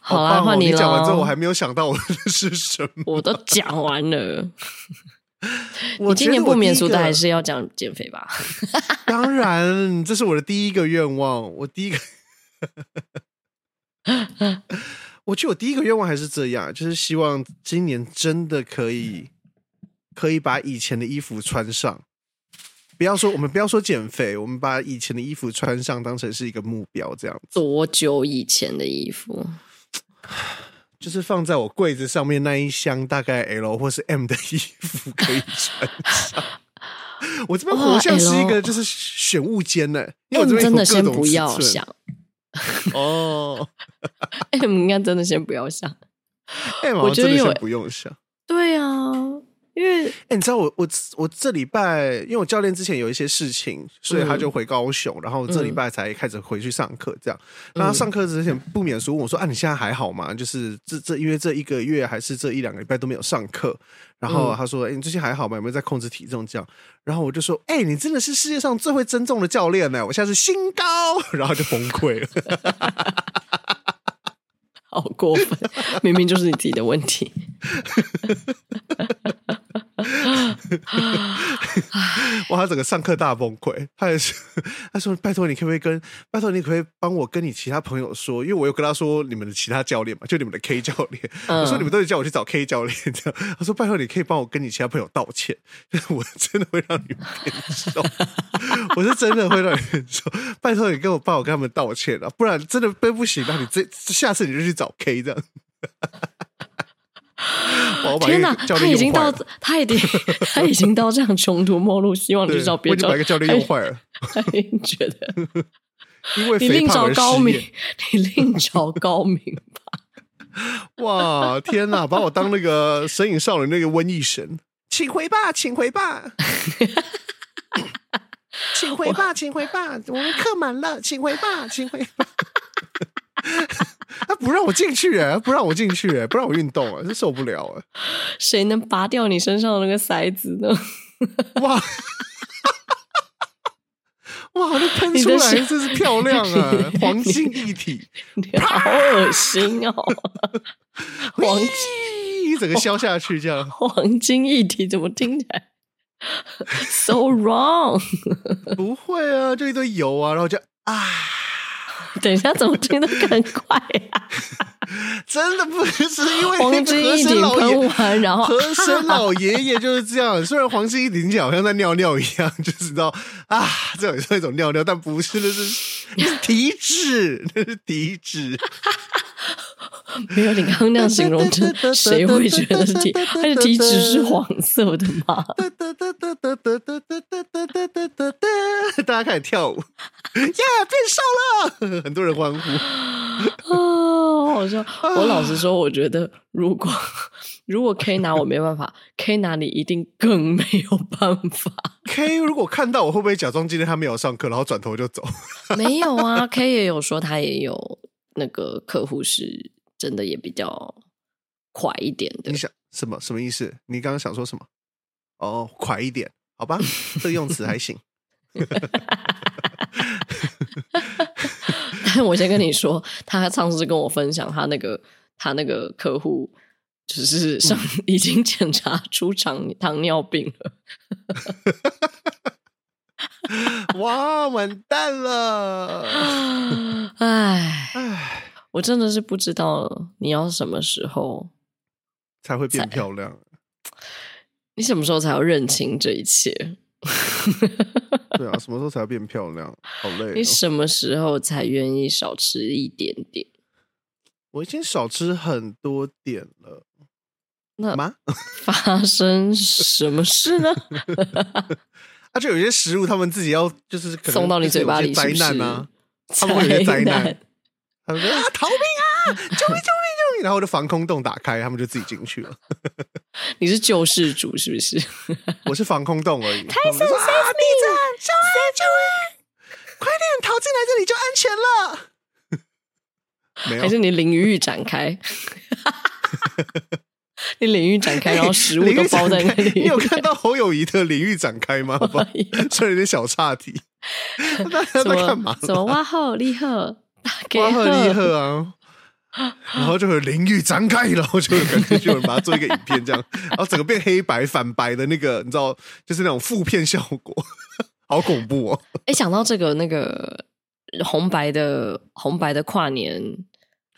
S3: 好啦，
S4: 棒哦
S3: 换
S4: 你
S3: 了。
S4: 讲完之后，我还没有想到我的是什么。
S3: 我都讲完了。
S4: 我
S3: 你今
S4: 觉得
S3: 年
S4: 我
S3: 不免
S4: 第一
S3: 俗的
S4: 个
S3: 还是要讲减肥吧？
S4: 当然，这是我的第一个愿望。我第一个， 我觉得我第一个愿望还是这样，就是希望今年真的可以，可以把以前的衣服穿上。不要说我们不要说减肥，我们把以前的衣服穿上当成是一个目标，这样
S3: 多久以前的衣服？
S4: 就是放在我柜子上面那一箱大概 L 或是 M 的衣服可以穿 上。我这边
S3: 哇
S4: 活像是一个
S3: L
S4: 就是选物间呢、
S3: 那
S4: 因为我
S3: 哎
S4: 这
S3: 你
S4: 边
S3: 真的
S4: 有各
S3: 先
S4: 种
S3: 不
S4: 尺
S3: 要
S4: 寸
S3: 想，
S4: 哦。
S3: 哎，你应该真的先不要想。
S4: 哎、
S3: 我觉得
S4: 真的
S3: 有
S4: 先不用想。
S3: 对啊，因为
S4: 哎、你知道我我我这礼拜，因为我教练之前有一些事情，所以他就回高雄，然后这礼拜才开始回去上课。这样，那他上课之前不免俗问我说：“啊，你现在还好吗？就是这这因为这一个月还是这一两个礼拜都没有上课。”然后
S3: 嗯
S4: 他说：“哎、你最近还好吗？有没有在控制体重？”这样，然后我就说：“哎、你真的是世界上最会增重的教练呢、我现在是新高。” 然后就崩溃了。
S3: 好过分， 明明就是你自己的问题。
S4: 哇，他整个上课大崩溃，他也是，他说：“拜托你可不可以跟，拜托你可不可以帮我跟你其他朋友说，因为我有跟他说你们的其他教练嘛，就你们的 K 教练，
S3: 嗯
S4: 我说你们都得叫我去找 K 教练这样。”他说：“拜托你可以帮我跟你其他朋友道歉，我真的会让你们变瘦，我是真的会让你变瘦，拜托你跟我帮我跟他们道歉啊，不然真的背不行，那你这下次你就去找 K 这样。” 哇我把
S3: 天
S4: 那
S3: 哪，
S4: 个教
S3: 他
S4: 练
S3: 已
S4: 用
S3: 经
S4: 坏
S3: 到
S4: 了
S3: 他已经 他已经到这样穷途末路，希望你
S4: 对
S3: 去找别
S4: 我
S3: 人。
S4: 已经把一个教练用坏了。
S3: 他已经觉得
S4: 因为
S3: 你
S4: 肥
S3: 另
S4: 胖
S3: 找
S4: 而失
S3: 高明
S4: 业。，
S3: 你另找高明吧。
S4: 哇，天哪，把我当那个《神隐少女》那个瘟疫神，请回吧，请回吧，请回吧，请回吧，我们客满了，请回吧，请回吧。 他不让我进去哎、不让我进去哎、不让我运动哎、真受不了哎、
S3: 谁能拔掉你身上的那个塞子呢？
S4: 哇哇，那喷
S3: 你
S4: 出
S3: 的
S4: 来
S3: 身
S4: 真是漂亮啊，黄金一体，
S3: 你好恶心哦！黄
S4: 一整个消下去这样。
S3: 黄金一体怎么听起来 so wrong？
S4: 不会啊，就一堆油啊，然后就啊，
S3: 等一下怎么听得更快啊？
S4: 真的不是因为那
S3: 黄
S4: 个
S3: 金
S4: 和
S3: 一
S4: 珅
S3: 体
S4: 老
S3: 喷
S4: 爷，
S3: 完，然后
S4: 和珅老爷爷就是这样。虽然黄金一顶起来好像在尿尿一样，就是知道啊，这种也是一种尿尿，但不是，那是那是体脂，那是体脂。
S3: 没有你刚刚那样形容，真的谁会觉得体？而且体脂是黄色的吗？
S4: 哒哒哒哒哒哒哒哒哒哒哒哒哒哒，大家开始跳舞，耶，变瘦了，很多人欢呼。
S3: 哦，好笑！我老实说，我觉得如果如果 K 拿我没办法，K 拿你一定更没有办法。
S4: K 如果看到我，会不会假装今天他没有上课，然后转头就走？
S3: 没有啊，K 也有说他也有那个客户是真的也比较快一点的
S4: 你，想什么什么意思？你刚刚想说什么？哦，快一点，好吧，这个用词还行。
S3: 但我先跟你说，他上次跟我分享他那个他那个客户。就是上已经检查出糖糖尿病了，
S4: 哇，完蛋了！
S3: 啊唉，
S4: 唉，
S3: 我真的是不知道你要什么时候
S4: 才会变漂亮。
S3: 你什么时候才要认清这一切？
S4: 对啊，什么时候才会变漂 亮？好累、
S3: 你
S4: 哦。
S3: 什么时候才愿意少吃一点点？
S4: 我已经少吃很多点了
S3: 那
S4: 吗？
S3: 发生什么事呢？
S4: 而啊且有些食物他们自己要就是可能
S3: 送到你嘴巴里
S4: 就是
S3: 是
S4: 有
S3: 不
S4: 些
S3: 是？
S4: 灾难啊，他们会有些灾难
S3: 难，
S4: 他们说啊逃命命然后我的防空洞打开，他们就自己进去了。
S3: 你是救世主是不是？
S4: 我是防空洞而已。 泰森，啊，地震，救援，救援！快点逃进来，这里就安全了。 没有
S3: 还，是你领域展开？ 你领域展开，然后食物
S4: 领
S3: 都
S4: 域展
S3: 包在那
S4: 开
S3: 里。
S4: 你有看到侯友谊的领域展开 吗？好吧
S3: 没有
S4: 这有点小岔题。大家
S3: 什
S4: 在干
S3: 么
S4: 嘛？
S3: 什么挖后立赫大给
S4: 瓜赫利
S3: 赫，
S4: 赫啊，然后就有淋浴展开，然后就有感觉就有人把它做一个影片这样，然后整个变黑白反白的那个，你知道，就是那种负片效果， 好恐怖哦！
S3: 哎，想到这个那个红白的红白的跨 年。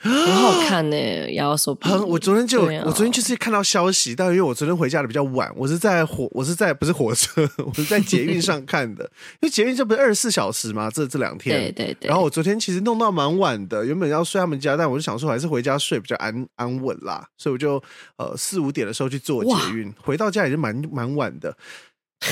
S3: 很好看呢、也要说比
S4: 很，我昨天就
S3: 对啊
S4: 有，我昨天就是看到消息，但因为我昨天回家的比较晚，我是在火，我是在不是火车， 我是在捷运上看的，因为捷运这不是二十四小时吗？这这两天，
S3: 对对对，
S4: 然后我昨天其实弄到蛮晚的，原本要睡他们家，但我就想说还是回家睡比较安安稳啦，所以我就呃四五点的时候去坐捷运，回到家已经蛮蛮晚的。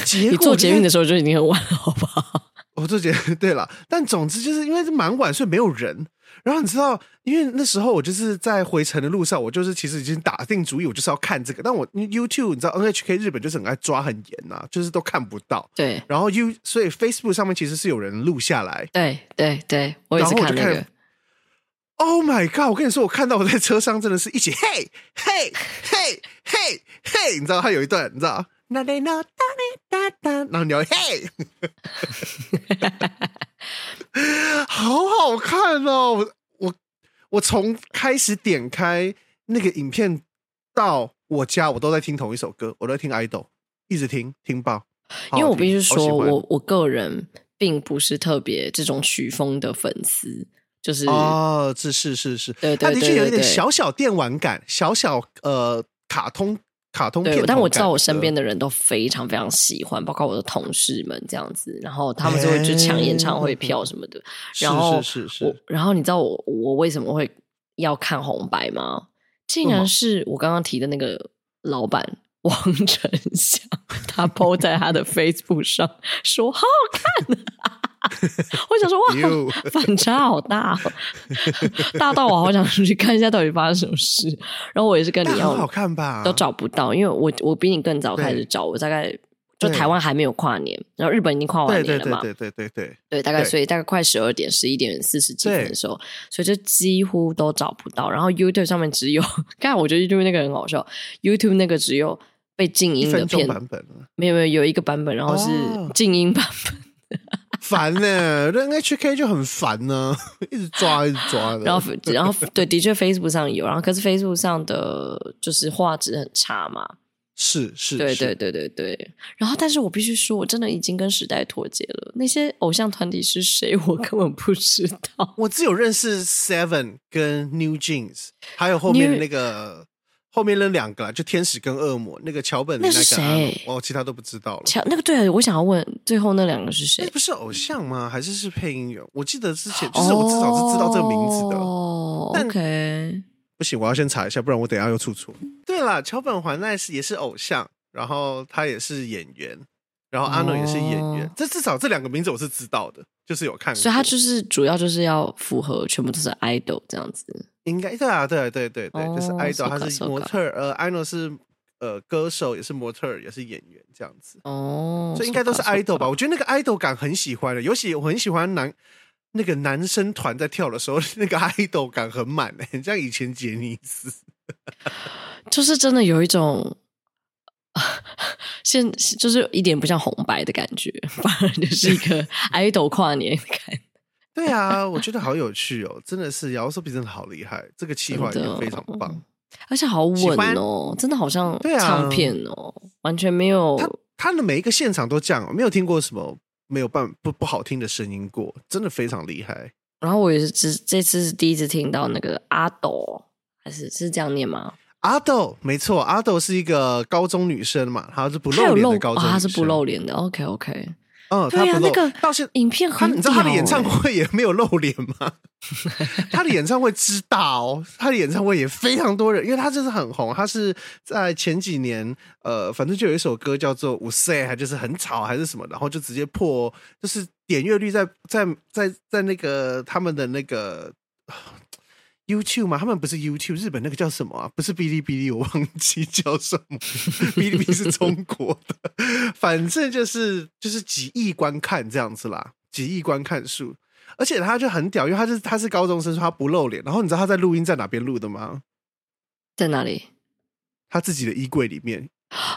S4: 结
S3: 你
S4: 果
S3: 做捷运的
S4: 时
S3: 时候就已经很晚了，好不 好？
S4: 候，我坐捷对了，但总之就是因为是蛮晚，所以没有人。然后你知道，因为那时候我就是在回程的路上，我就是其实已经打定主意，我就是要看这个。但我 YouTube 你知道 NHK 日本就是很爱抓很严呐、啊就是都看不到。
S3: 对
S4: 然后 You 所以 Facebook 上面其实是有人录下来，
S3: 对对对，我也是
S4: 然后我
S3: 看那
S4: 就看
S3: 个，
S4: Oh my god！我跟你说，我看到我在车上真的是一起嘿嘿嘿嘿 嘿，你知道他有一段，你知道？那那那哒哒哒，然后你要嘿， 好好看哦！我我我从开始点开那个影片到我家，我都在听同一首歌，我都在听 idol，一直听听爆。
S3: 因为我必须
S4: 好喜
S3: 说，
S4: 欢
S3: 我我个人并不是特别这种曲风的粉丝，就是、
S4: 哦，这是是是，
S3: 对对
S4: 它的
S3: 对
S4: 确有一
S3: 对对
S4: 点小小电玩感，小小呃卡通卡通片
S3: 对
S4: 头，感。
S3: 但我知道我身边
S4: 的
S3: 的人都非常非常喜欢，包括我的同事们这样子，然后他们就会去抢演唱
S4: 哎
S3: 会票什么的。然后
S4: 是是是
S3: 我
S4: 是，
S3: 然后你知道我我为什么会要看红白吗？竟
S4: 为什么
S3: 然是我刚刚提的那个老板王晨祥，他 PO 在他的 Facebook 上说好好看、啊。 我 想说
S4: 哟
S3: 哇，反差好大、哦，大到我好想去看一下到底发生什么事。然后我也是跟
S4: 但
S3: 你要
S4: 很好看吧？
S3: 都找不到，因为我我比你更早
S4: 对
S3: 开始找，我大概就
S4: 对
S3: 台湾还没有跨年，然后日本已经跨完
S4: 对
S3: 年
S4: 对
S3: 了
S4: 对
S3: 嘛，
S4: 对对对对，
S3: 对，大概
S4: 对
S3: 所以大概快十二点、十一点四十几分
S4: 对
S3: 的时候，所以就几乎都找不到。然后 YouTube 上面只有，刚才我觉得 YouTube 那个很好笑，YouTube 那个只有被静音
S4: 一
S3: 的
S4: 分钟
S3: 片，
S4: 版本啊
S3: 没有没有有一个版本，然后是
S4: 哦
S3: 静音版本，
S4: 烦呢， 那 HK 就很烦呢， 一直抓一直抓的，
S3: 然后然后对，的确 Facebook 上有，然后可是 Facebook 上的就是画质很差嘛，
S4: 是是，
S3: 对
S4: 是
S3: 对，对对对。然后，但是我必须说，我真的已经跟时代脱节了。那些偶像团体是谁，我 根本不知道。
S4: 我只有认识 Seven 跟 New Jeans，还有后面的
S3: New-
S4: 那个。后面那两个啦，就天使跟恶魔，那个桥本
S3: 那
S4: 个
S3: 是
S4: 阿
S3: 谁
S4: 诺我其他都不知道了。
S3: 乔，那个对啊，我想要问最后那两个是
S4: 那
S3: 谁？
S4: 不是偶像吗？还是是配音员？我记得之前就是我至少是知道这个名字的。
S3: 哦
S4: 但
S3: ，OK，
S4: 不行，我要先查一下，不然我等一下又出错。对啦，桥本环奈是也是偶像，然后他也是演员，然后阿诺也是演员。
S3: 哦
S4: 这至少这两个名字我是知道的，就是有看过。
S3: 所以他就是主要就是要符合全部都是 idol 这样子。
S4: 应该对啊，对啊对对对，
S3: 哦
S4: 就是爱豆，
S3: 搜卡
S4: 他是模特儿，呃，阿诺是呃歌手，也是模特儿，也是演员这样子，
S3: 哦，
S4: 所以应该都是
S3: 搜卡
S4: idol 吧？
S3: 搜卡
S4: 我觉得那个 idol 感很喜欢的，尤其我很喜欢男那个男生团在跳的时候， 那个 idol 感很满的、很像以前杰尼斯。
S3: 就是真的有一种。 现就是一点不像红白的感觉，反而就是一 个 idol 跨年的感觉。
S4: 对啊，我觉得好有趣哦，真的是姚寿比真的好厉害，这个企划
S3: 真的嗯
S4: 也非常棒。
S3: 而且好
S4: 喜
S3: 稳
S4: 欢
S3: 哦，真的好像
S4: 对啊
S3: 唱片哦，完全没有
S4: 他他的每一个现场都这样，没有听过什么没有办不不好听的声音过，真的非常厉害。
S3: 然后我也是只这次是第一次听到那个阿斗，还是是这样念吗？
S4: 阿豆，没错，阿豆是一个高中女生嘛，她是不
S3: 他
S4: 露
S3: 有
S4: 脸
S3: 露
S4: 的高
S3: 哦，
S4: 中女生，
S3: 他是不露脸的。OK OK，
S4: 嗯，她
S3: 对啊，
S4: 不露，
S3: 那个
S4: 到现
S3: 影片
S4: 她
S3: 很、欸
S4: 你知道她的演唱，会也没有露脸 吗？她的演唱会之大哦，她的演唱会也非常多人，因为她就是很红，她是在前几年呃，反正就有一首歌叫做《五岁》，还就是很吵还是什么，然后就直接破，就是点阅率在在在在那个他们的那个。 YouTube 吗？他们不是 YouTube，日本那个叫什么啊？不是哔哩哔哩，我忘记叫什么。哔哩哔哩是中国的，反正就是就是几亿观看这样子啦，几亿观看数。而且他就很屌，因为他是他是高中生，所以他不露脸。然后你知道他在录音在哪边录的吗？
S3: 在哪里？
S4: 他自己的衣柜里面。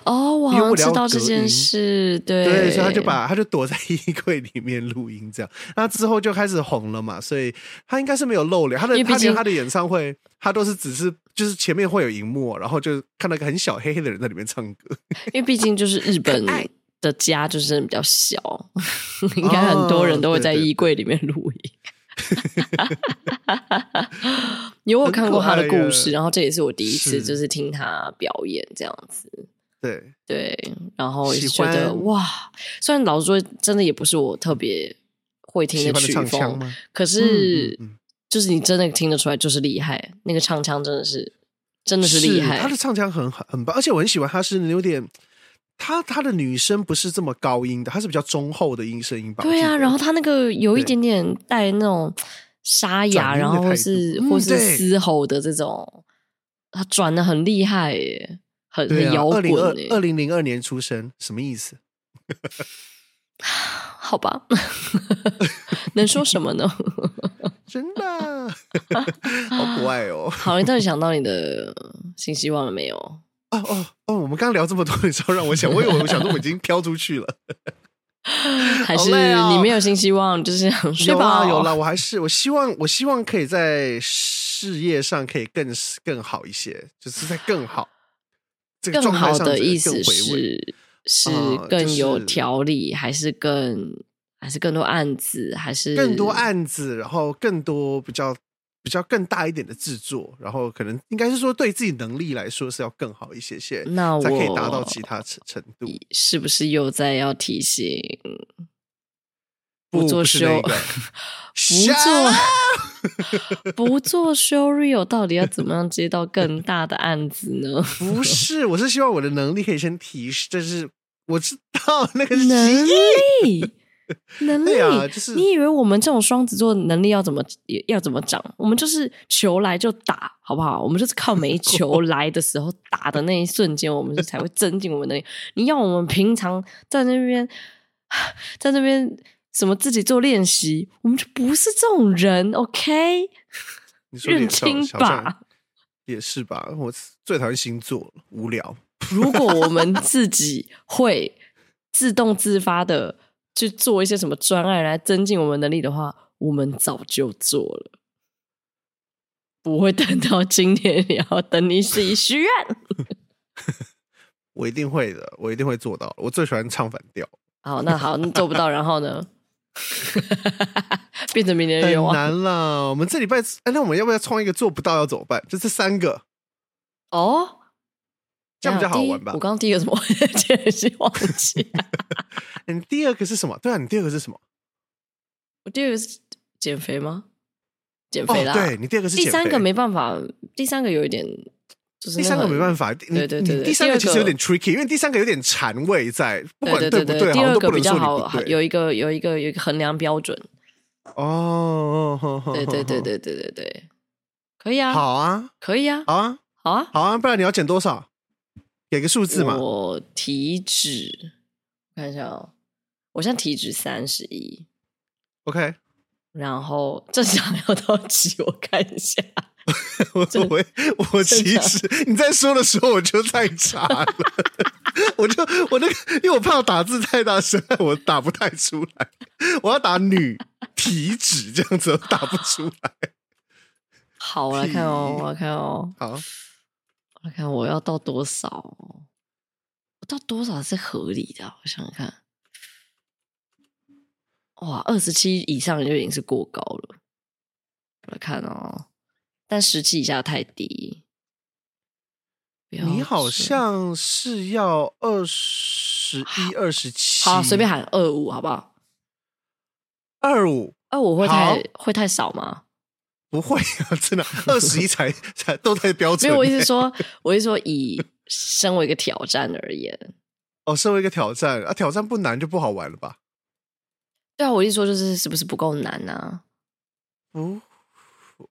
S3: 哦，我
S4: 因为
S3: 好
S4: 我
S3: 像知
S4: 聊
S3: 道
S4: 隔
S3: 这件
S4: 音
S3: 事，对
S4: 对，所以他就把他就躲在衣柜里面录音这样。那之后就开始红了嘛，所以他应该是没有露脸。他的
S3: 因为毕
S4: 他
S3: 竟
S4: 连他的演唱会，他都是只是就是前面会有荧幕，哦然后就看到一个很小黑黑的人在里面唱歌。
S3: 因为毕竟就是日本的家就是比较小， 应该很多人都会在
S4: 哦对对对
S3: 衣柜里面录音。 因为我看过他的
S4: 很
S3: 故
S4: 可爱
S3: 事，
S4: 耶
S3: 然后这也是我第一次
S4: 是
S3: 就是听他表演这样子，
S4: 对，
S3: 对，然后也是
S4: 喜
S3: 觉
S4: 欢
S3: 得哇，虽然老实说真的也不是我特别会听
S4: 喜欢的
S3: 曲
S4: 唱腔
S3: 风，
S4: 吗？
S3: 可是
S4: 嗯嗯嗯
S3: 就是你真的听得出来就是厉害，那个唱腔真的是真的是厉害，
S4: 他的唱腔很很很棒，而且我很喜欢他是有点。他他的女声不是这么高音的，他是比较中后的音声音吧？
S3: 对
S4: 我
S3: 啊，
S4: 记得
S3: 然后他那个有一
S4: 对
S3: 点点带那种沙哑，
S4: 转音的
S3: 然后
S4: 态度
S3: 是、
S4: 嗯
S3: 或是
S4: 对
S3: 嘶吼的这种，他转的很厉害耶，很、
S4: 对
S3: 很
S4: 啊，
S3: 摇滚
S4: 二
S3: 欸
S4: 零二二
S3: 耶，
S4: 零零二年出生，什么意思？
S3: 好吧， 能说什么呢？
S4: 真的啊， 好可爱哦！
S3: 好，你到底想到你的新希望了没 有？
S4: 哦哦哦，我们刚刚聊这么多，你知道让我想，我以为我想说我已经飘出去了。
S3: 还是
S4: 好累哦
S3: 你没有新希望， 就是想睡
S4: 有
S3: 吧？
S4: 啦 有啦，，我还是我希望我希望可以在事业上可以更更好一些，就是在更好这个
S3: 更
S4: 状态
S3: 好
S4: 上
S3: 的
S4: 觉得
S3: 意
S4: 更
S3: 思
S4: 回味。
S3: 是是
S4: 啊
S3: 更
S4: 就
S3: 有
S4: 是
S3: 条理，还是更还是更多案子，还是
S4: 更多案子，然后更多比较比较更大一点的制作，然后可能应该是说对自己能力来说是要更好一些些，
S3: 那
S4: 才可以
S3: 我
S4: 达到其他程程度。
S3: 是不是又在要提醒
S4: 不
S3: 做
S4: 不是那
S3: 修
S4: 个
S3: 不
S4: Shut
S3: 做
S4: up！
S3: 不做 show real 到底要怎么样接到更大的案子呢？
S4: 不是，我是希望我的能力可以先提升，就是我知道 那个是
S3: 能
S4: 极
S3: 力，能力
S4: 对啊就是
S3: 你以为我们这种双子座能力要怎么要怎么长？我们就是球来就打，好不好？我们就是靠每一球来的时候打的那一瞬间，我们就才会增进我们的能力。 你要我们平常在那边 在那边什么自己做练习，我们就不是这种人，OK？
S4: 你说
S3: 认
S4: 脸上
S3: 清
S4: 小
S3: 吧
S4: 站。 也是吧，我最讨厌星座了，无聊。
S3: 如果我们自己会自动自发的去做一些什么专案来增进我们能力的话，我们早就做了，不会等到今天也要等你自己 许愿。
S4: 我一定会的，我一定会做到的。我最喜欢唱反调，
S3: 好，那好，那做不到，然后呢？ 变成明年的
S4: 很
S3: 愿望
S4: 难啦。我们这礼拜，哎，那我们要不要创一个做不到要怎么办？就这三个，
S3: 哦，
S4: 这样比较好
S3: 等一下
S4: 玩
S3: 第
S4: 吧
S3: 一我刚刚第一个什么， 我简直忘 记了。
S4: 哎你第二个是什么？对啊，你第二个是什么？
S3: 我第二个是减肥吗？减
S4: 哦
S3: 肥啦，，
S4: 对你第二个是
S3: 第
S4: 减
S3: 三
S4: 肥
S3: 个，没办法，第三个有一点就是
S4: 第三个没办
S3: 法，
S4: 法。你
S3: 对对对
S4: 你
S3: 对
S4: 第三个
S3: 第
S4: 其
S3: 二个
S4: 实有点 tricky，因为第三个有点馋味在，不管
S3: 对
S4: 对
S3: 对
S4: 不
S3: 对，
S4: 好
S3: 第
S4: 像
S3: 二
S4: 都不
S3: 个比
S4: 能
S3: 较
S4: 说
S3: 好，
S4: 你
S3: 还
S4: 不对。
S3: 有一个有一个有一个衡量标准，
S4: 哦哦，哦哦
S3: 对对对
S4: 哦
S3: 对对对对，可以啊，
S4: 好啊，
S3: 可以啊，
S4: 好啊，
S3: 好啊，
S4: 好啊，不然你要减多少？给个数字嘛。
S3: 我体脂，我看一下哦，我现在体脂三十一，
S4: OK，
S3: 然后正常要到几？我看一下，
S4: 我
S3: 正
S4: 我我
S3: 正
S4: 其
S3: 常
S4: 实你在说的时候我就在查了， 我就我那个，因为我怕我打字太大声，我打不太出来，我要打女体脂这样子，我打不出来。
S3: 好，我来看 哦，我来看哦，
S4: 好，
S3: 我来看我要到多少哦？我到多少是合理的啊？我想想看，哇，二十七以上就已经是过高了。我来看哦，但十七以下太低。不要
S4: 你好
S3: 说
S4: 像是要二十一、二十七，
S3: 好，随便喊二五好不好？
S4: 二五。
S3: 二五会
S4: 好
S3: 太会太少吗？
S4: 不会啊，真的，二十一才才都太标
S3: 没
S4: 准欸。
S3: 有，我意思说，我意思说以身为一个挑战而言，
S4: 哦，身为一个挑战啊，挑战不难就不好玩了吧？
S3: 啊对啊，我意思说就是是不是不够难呢、
S4: 不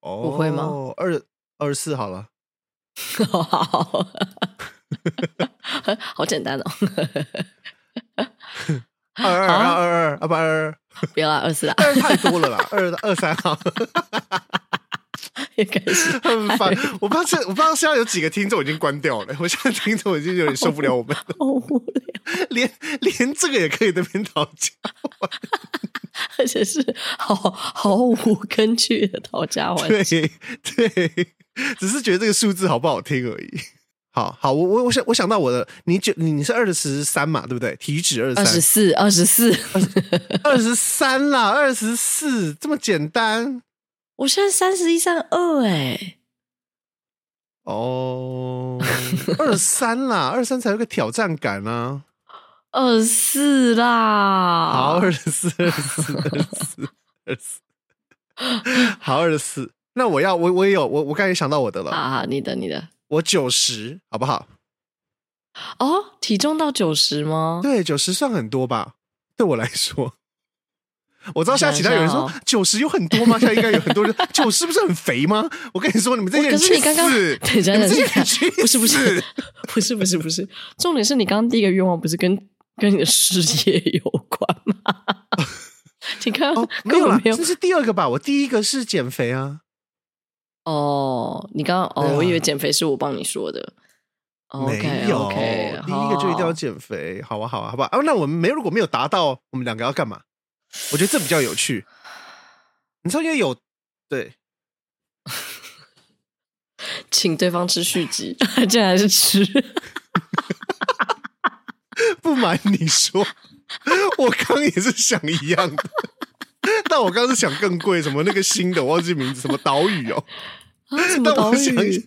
S4: 哦，
S3: 我会吗？
S4: 二二十四好了，
S3: 哦好， 好简单哦，
S4: 二二二
S3: 啊
S4: 二二，啊不二二，
S3: 不要啦，二四啦，
S4: 二二太多了啦， 二二三好，
S3: 应该是
S4: 很烦。 我不知道这，我不知道现在有几个听众已经关掉了，我现在听众已经有点受不了我们，
S3: 好无聊，
S4: 连连这个也可以这边讨价。
S3: 而且是好毫无根据的讨价
S4: 哦
S3: 还价。
S4: 对 对，只是觉得这个数字好不好听而已。好好，我我我想我想到我的，你就你你是二十三嘛，对不对？体脂二
S3: 二十
S4: 三，
S3: 四，二十四，
S4: 二十三啦，二十四这么简单
S3: 我现在三十一、三二，哎，
S4: 哦，二十三啦，二十三才有个挑战感啊。
S3: 二四啦，
S4: 好，二十四，二十四，二十四，二十四，好，二十四。那我要我我也有我我刚才想到我的了，
S3: 啊，你的，你的，
S4: 我九十好不好？
S3: 哦，体重到九十吗？
S4: 对，九十算很多吧，对我来说。我知道现在其他有人
S3: 我
S4: 说
S3: 想一下哦
S4: 九十有很多吗？现在应该有很多 人九十不是很肥吗？我跟你说，你们这些
S3: 可
S4: 人
S3: 是
S4: 去
S3: 你刚刚，
S4: 死！
S3: 等一下，
S4: 你们
S3: 等
S4: 这些
S3: 一下
S4: 人去，
S3: 不是不是
S4: 死！
S3: 不是不是不是，重点是你刚刚第一个愿望不是跟跟你的事业有关吗？ 你看，
S4: 哦，没
S3: 根
S4: 有
S3: 本
S4: 啦，
S3: 没有
S4: 这是第二个吧？我第一个是减肥啊，
S3: 哦，你刚刚哦，
S4: 对啊
S3: 我以为减肥是我帮你说的。OK 哦
S4: 没有
S3: OK，
S4: 第一个就一定要减肥，好啊好啊，好吧？啊，那我们没如果没有达到，我们两个要干嘛？我觉得这比较有趣。你知道，因为有对，
S3: 请对方吃续 集，竟然是吃，
S4: 不瞒你说，我刚也是想一样的，但我刚是想更贵，什么那个新的，我忘记名字，什么岛屿哦。
S3: 啊、什么
S4: 但
S3: 岛
S4: 我想
S3: 屿？，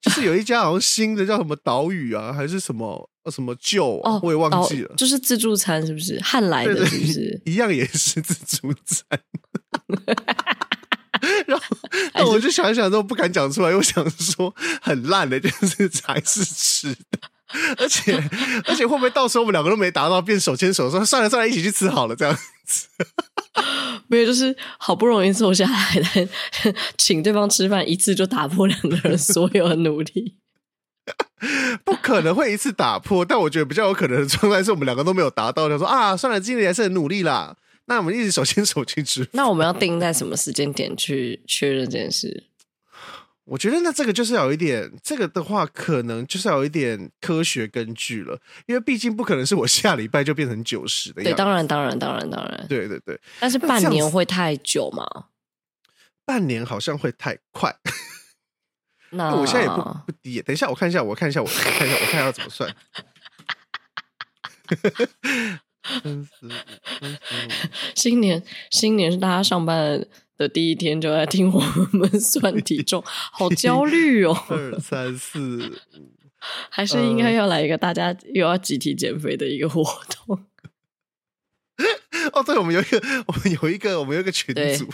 S4: 就是有一家好像新的叫什么岛屿啊，还是什么呃什么旧、啊，
S3: 哦，
S4: 我也忘
S3: 岛
S4: 记了。
S3: 就是自助餐是不是？汉来
S4: 对
S3: 的
S4: 对，
S3: 是不是？
S4: 一样也是自助 餐。然后，
S3: 还
S4: 那
S3: 是
S4: 我就想一想，都不敢讲出来，又想说很烂的，就是才是吃 的，而且而且会不会到时候我们两个都没达到，变手牵手说算了算了，一起去吃好了这样子？
S3: 没有，就是好不容易坐下来， 但请对方吃饭一次就打破两个人所有的努力。
S4: 不可能会一次打破，但我觉得比较有可能的状态是我们两个都没有达到，就说啊，算了，今年还是很努力啦。那我们一起手牵手去吃。
S3: 那我们要定在什么时间点去确认这件事？
S4: 我觉得那这个就是要有一点，这个的话可能就是要有一点科学根据了，因为毕竟不可能是我下礼拜就变成九十的
S3: 对，
S4: 样子。
S3: 当然，当然，当然，当然。
S4: 对对对，
S3: 但是半
S4: 那这样
S3: 年
S4: 子
S3: 会太久嘛？
S4: 半年好像会太快，
S3: 那啊
S4: 那 我现在也不不低。等一下，我看一下，我看一下，我看一下，我看一下要怎 么算。三十五三十五
S3: 新年，新年是大家上班的第一天就在听我们算体 重，好焦虑哦！
S4: 二三四五，
S3: 还是应该要来一个大家又要集体减肥的一个活动。
S4: 哦，对，我们有一个，我们有一个，我们有一个群
S3: 对
S4: 组，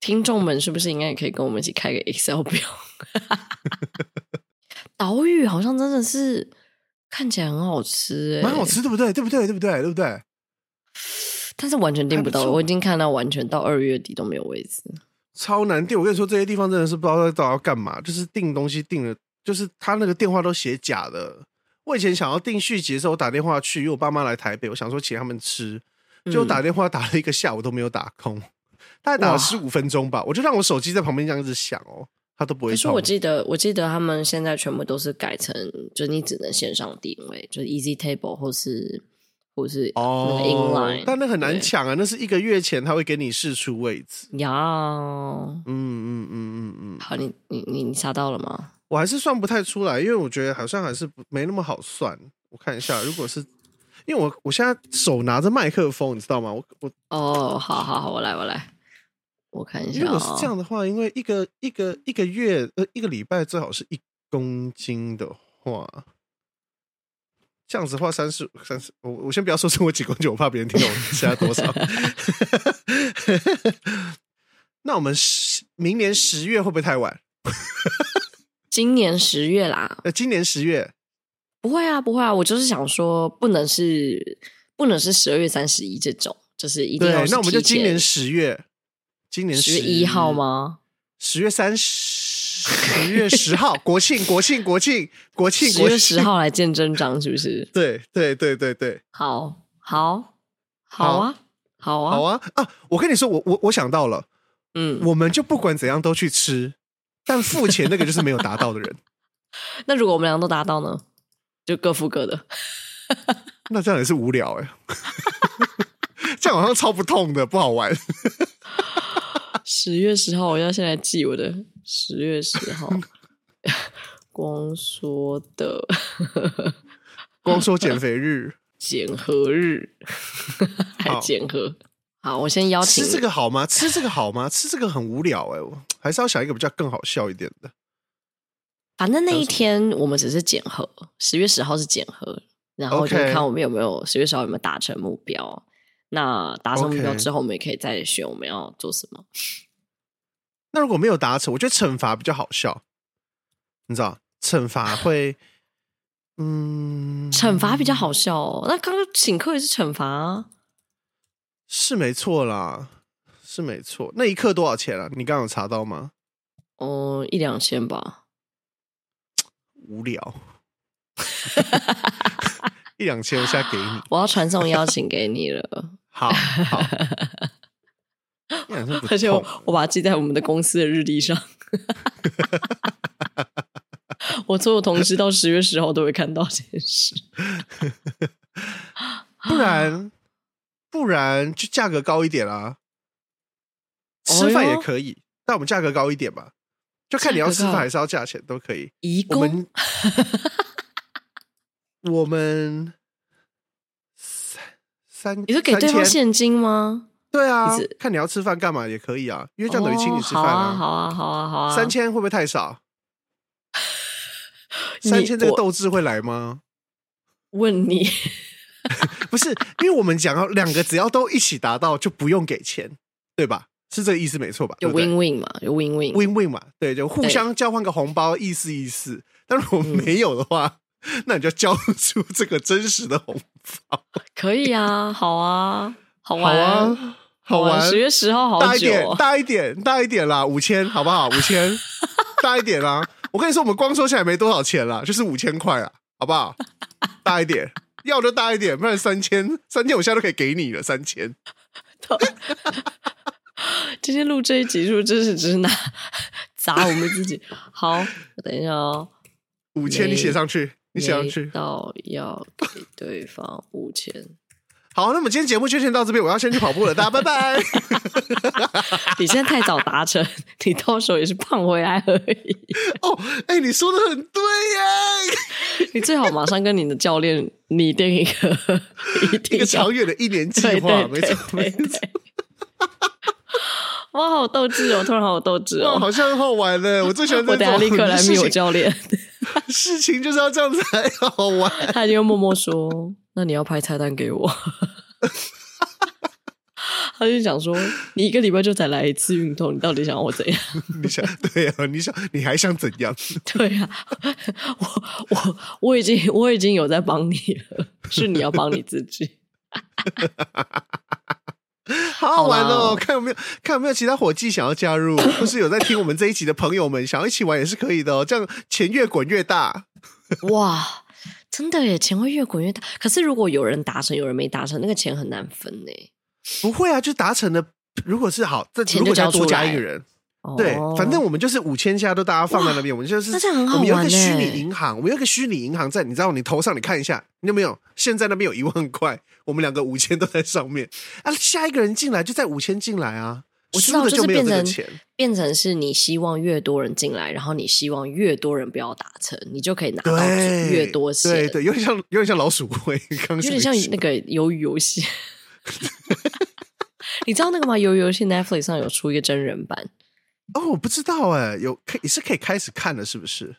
S3: 听众们是不是应该也可以跟我们一起开个 Excel 表？ 岛屿好像真的是看起来很好吃、欸，
S4: 蛮好，吃，对不对？对不对？对不对？对不对？
S3: 但是完全订不到。
S4: 还不错
S3: 我已经看到完全到二月底都没有位置。
S4: 超难订。我跟你说，这些地方真的是不知道到底要干嘛，就是订东西订了，就是他那个电话都写假的。我以前想要订续集的时候，我打电话去，因为我爸妈来台北，我想说请他们吃，就
S3: 嗯
S4: 打电话打了一个下午都没有打通，大概打
S3: 哇
S4: 了十五分钟吧，我就让我手机在旁边这样子响哦，他都不会
S3: 可是
S4: 通。
S3: 我记得，我记得他们现在全部都是改成，就是你只能线上定位，就是 Easy Table 或是或是那个 Inline，、
S4: 哦但那很难抢啊，那是一个月前他会给你试出位置。
S3: 对。呀，好，
S4: 嗯嗯嗯嗯嗯，
S3: 你你你你查到了吗？
S4: 我还是算不太出来，因为我觉得好像还是不没那么好算。我看一下，如果是因为我我现在手拿着麦克风，你知道吗？我我
S3: 哦，好好好，我来我来，我看一下、哦。
S4: 如果是这样的话，因为一个一个一个月呃一个礼拜最好是一公斤的话，这样子的话三十三十，我我先不要说称我几公斤，我怕别人听到我现在多少。 那我们十明年十月会不会太晚？
S3: 今年十月啦，
S4: 呃，今年十月
S3: 不会啊，不会啊，我就是想说，不能是不能是十二月三十一这种，就是一定
S4: 对
S3: 要，是
S4: 那我们就
S3: 提前
S4: 今年十月，今年
S3: 10月一号？吗？
S4: 十月三十，十月十号，国庆，国庆，国庆，国庆，
S3: 十
S4: 国
S3: 月
S4: 庆
S3: 十。号来见真章，是不是？
S4: 对对对对对，
S3: 好，好，好啊，好啊，
S4: 好啊啊！我跟你说，我我我想到了，
S3: 嗯，
S4: 我们就不管怎样都去吃，但付钱那个就是没有达到的人，
S3: 那如果我们俩都达到呢，就各付各的。
S4: 那这样也是无聊哎、 这样好像超不痛的，不好玩。
S3: 十月十号，我要先来记我的十月十 号光说的
S4: 光说减肥日，
S3: 检核日， 还
S4: 好
S3: 检核。好，我先邀请
S4: 吃这个好吗？吃这个好吗？吃这个很无聊哎、我还是要想一个比较更好笑一点的。
S3: 反正那一天我们只是检核，十月十号是检核，然后就
S4: OK
S3: 看我们有没有十月十号有没有达成目标。那达成目标
S4: OK
S3: 之后，我们也可以再选我们要做什么。
S4: 那如果没有达成，我觉得惩罚比较好笑，你知道，惩罚会，嗯，
S3: 啊惩罚比较好笑哦。那刚刚请客也是惩罚啊，
S4: 是没错啦，是没错。那一克多少钱啊？你刚刚有查到吗？
S3: 哦、一两千吧。
S4: 无 聊，一两千，我现在给你，
S3: 我要传送邀请给你 了，
S4: 好好，一两千不
S3: 而且我
S4: 痛
S3: 我把它记在我们的公司的日历 上。我所有同事到十月十号都会看到这件 事。
S4: 不然不然就价格高一点
S3: 哦
S4: 啦、吃饭
S3: 哎
S4: 也
S3: 呦
S4: 可以，但我们价格高一点吧，就看你要吃
S3: 价格
S4: 饭
S3: 高
S4: 还是要价钱都可以。
S3: 移
S4: 我
S3: 工
S4: 们 我们三三，
S3: 你是给对方
S4: 三千
S3: 现金吗？
S4: 对啊
S3: 你是，
S4: 看你要吃饭干嘛也可以啊，因为这样等于请你吃
S3: 哦
S4: 饭
S3: 好啊，好啊，好啊，好啊。
S4: 三，千会不会太少？
S3: 你
S4: 三千这个
S3: 我
S4: 斗志会来吗？
S3: 问你
S4: 不是，因为我们讲要两个只要都一起达到，就不用给钱，对吧？是这个意思没错吧？
S3: 有
S4: 对不对
S3: win win 嘛？有 win win。
S4: win win 嘛，对，就互相交换个红包，意思意思。但如果
S3: 嗯
S4: 没有的话，那你就交出这个真实的红包，
S3: 可以啊，好啊，好
S4: 好
S3: 玩，
S4: 啊，好玩，
S3: 十月十号好
S4: 大一
S3: 久、
S4: 点，
S3: 哦，
S4: 大一点，大一点啦，五千好不好？五千，大一点啦。我跟你说，我们光说起来没多少钱啦，就是五千块啦，啊好不好？大一点，要就大一点，不然三千，三千我现在都可以给你了，三千。
S3: 今天录这一集是不是真是只是拿 砸我们自己？好，我等一下哦。
S4: 五千，
S3: 没
S4: 你写上去，你写上
S3: 没
S4: 去。
S3: 到要给对方五千，
S4: 好，那么今天节目就先到这边，我要先去跑步了，大家 拜拜。
S3: 你现在太早达成， 你到时候也是胖回来而已。
S4: 哦，哎、你说的很对耶，
S3: 你最好马上跟你的教练拟定一 个一
S4: 一
S3: 定
S4: 个
S3: 要
S4: 长远的一 年计
S3: 对
S4: 划，
S3: 对
S4: 没
S3: 对
S4: 错没
S3: 对
S4: 错。
S3: 对。哇，好有斗志哦！突然好有斗志
S4: 哇，
S3: 哦！
S4: 好像很好玩呢，我最喜欢这
S3: 我等下
S4: 种
S3: 立刻来
S4: 事
S3: 密我
S4: 情，
S3: 教 练，
S4: 事情就是要这样才好玩。
S3: 他就默默说：“那你要拍菜单给我。” 他就想说：“你一个礼拜就才来一次运动，你到底想要我怎样
S4: 你想对啊，你想你还想怎 样？？”
S3: 对呀、我我我已经我已经有在帮你了， 是你要帮你自己。
S4: 好好玩
S3: 好啦
S4: 哦！看有没有看有没有其他伙计想要加 入，或是有在听我们这一集的朋友们想要一起玩也是可以的哦。这样钱越滚越大，
S3: 哇，真的耶，钱会越滚越大。可是如果有人达成，有人没达成，那个钱很难分呢。
S4: 不会啊，就达成了。如果是好，这
S3: 钱
S4: 如
S3: 就
S4: 果
S3: 交
S4: 再
S3: 出
S4: 多加
S3: 来
S4: 一个人，
S3: 哦
S4: 对，反正我们就是五千下都大家放在那边，我们就是
S3: 那这样很好
S4: 我们有一个
S3: 玩
S4: 虚
S3: 欸
S4: 拟银行，我们有一个虚拟银行在，你知道你头上你看一下，你有没有？现在那边有一万块，我们两个五千都在上面啊，下一个人进来就在五千进来啊，
S3: 我知
S4: 输
S3: 道，
S4: 的
S3: 就是
S4: 没有
S3: 变
S4: 这个
S3: 成
S4: 钱。
S3: 变成是你希望越多人进来，然后你希望越多人不要达成，你就可以拿到
S4: 对，
S3: 越多钱。
S4: 对对，有点像有点像老鼠会，刚
S3: 有点像那个鱿鱼游戏。 你知道那个吗？鱿鱼游戏 Netflix 上有出一个真人版，
S4: 哦，我不知道哎，有可以是可以开始看了，是不是？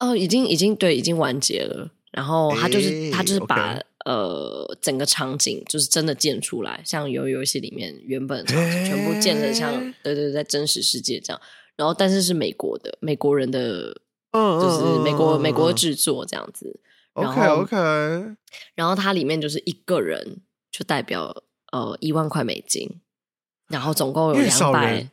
S3: 哦，已经已经对，已经完结了。然后他就是、他就是
S4: 诶
S3: 把
S4: OK
S3: 呃整个场景就是真的建出来，像鱿鱼游戏里面原本的场景、全部建成像
S4: 诶
S3: 对对对，在真实世界这样。然后但是是美国的美国人的，
S4: 嗯，
S3: 就是美国、美国制作这样子。然
S4: OK
S3: 后
S4: OK，嗯
S3: 然后它里面就是一个人就代表呃一万块美金，然后总共有
S4: 越
S3: 两
S4: 少
S3: 百
S4: 人嗯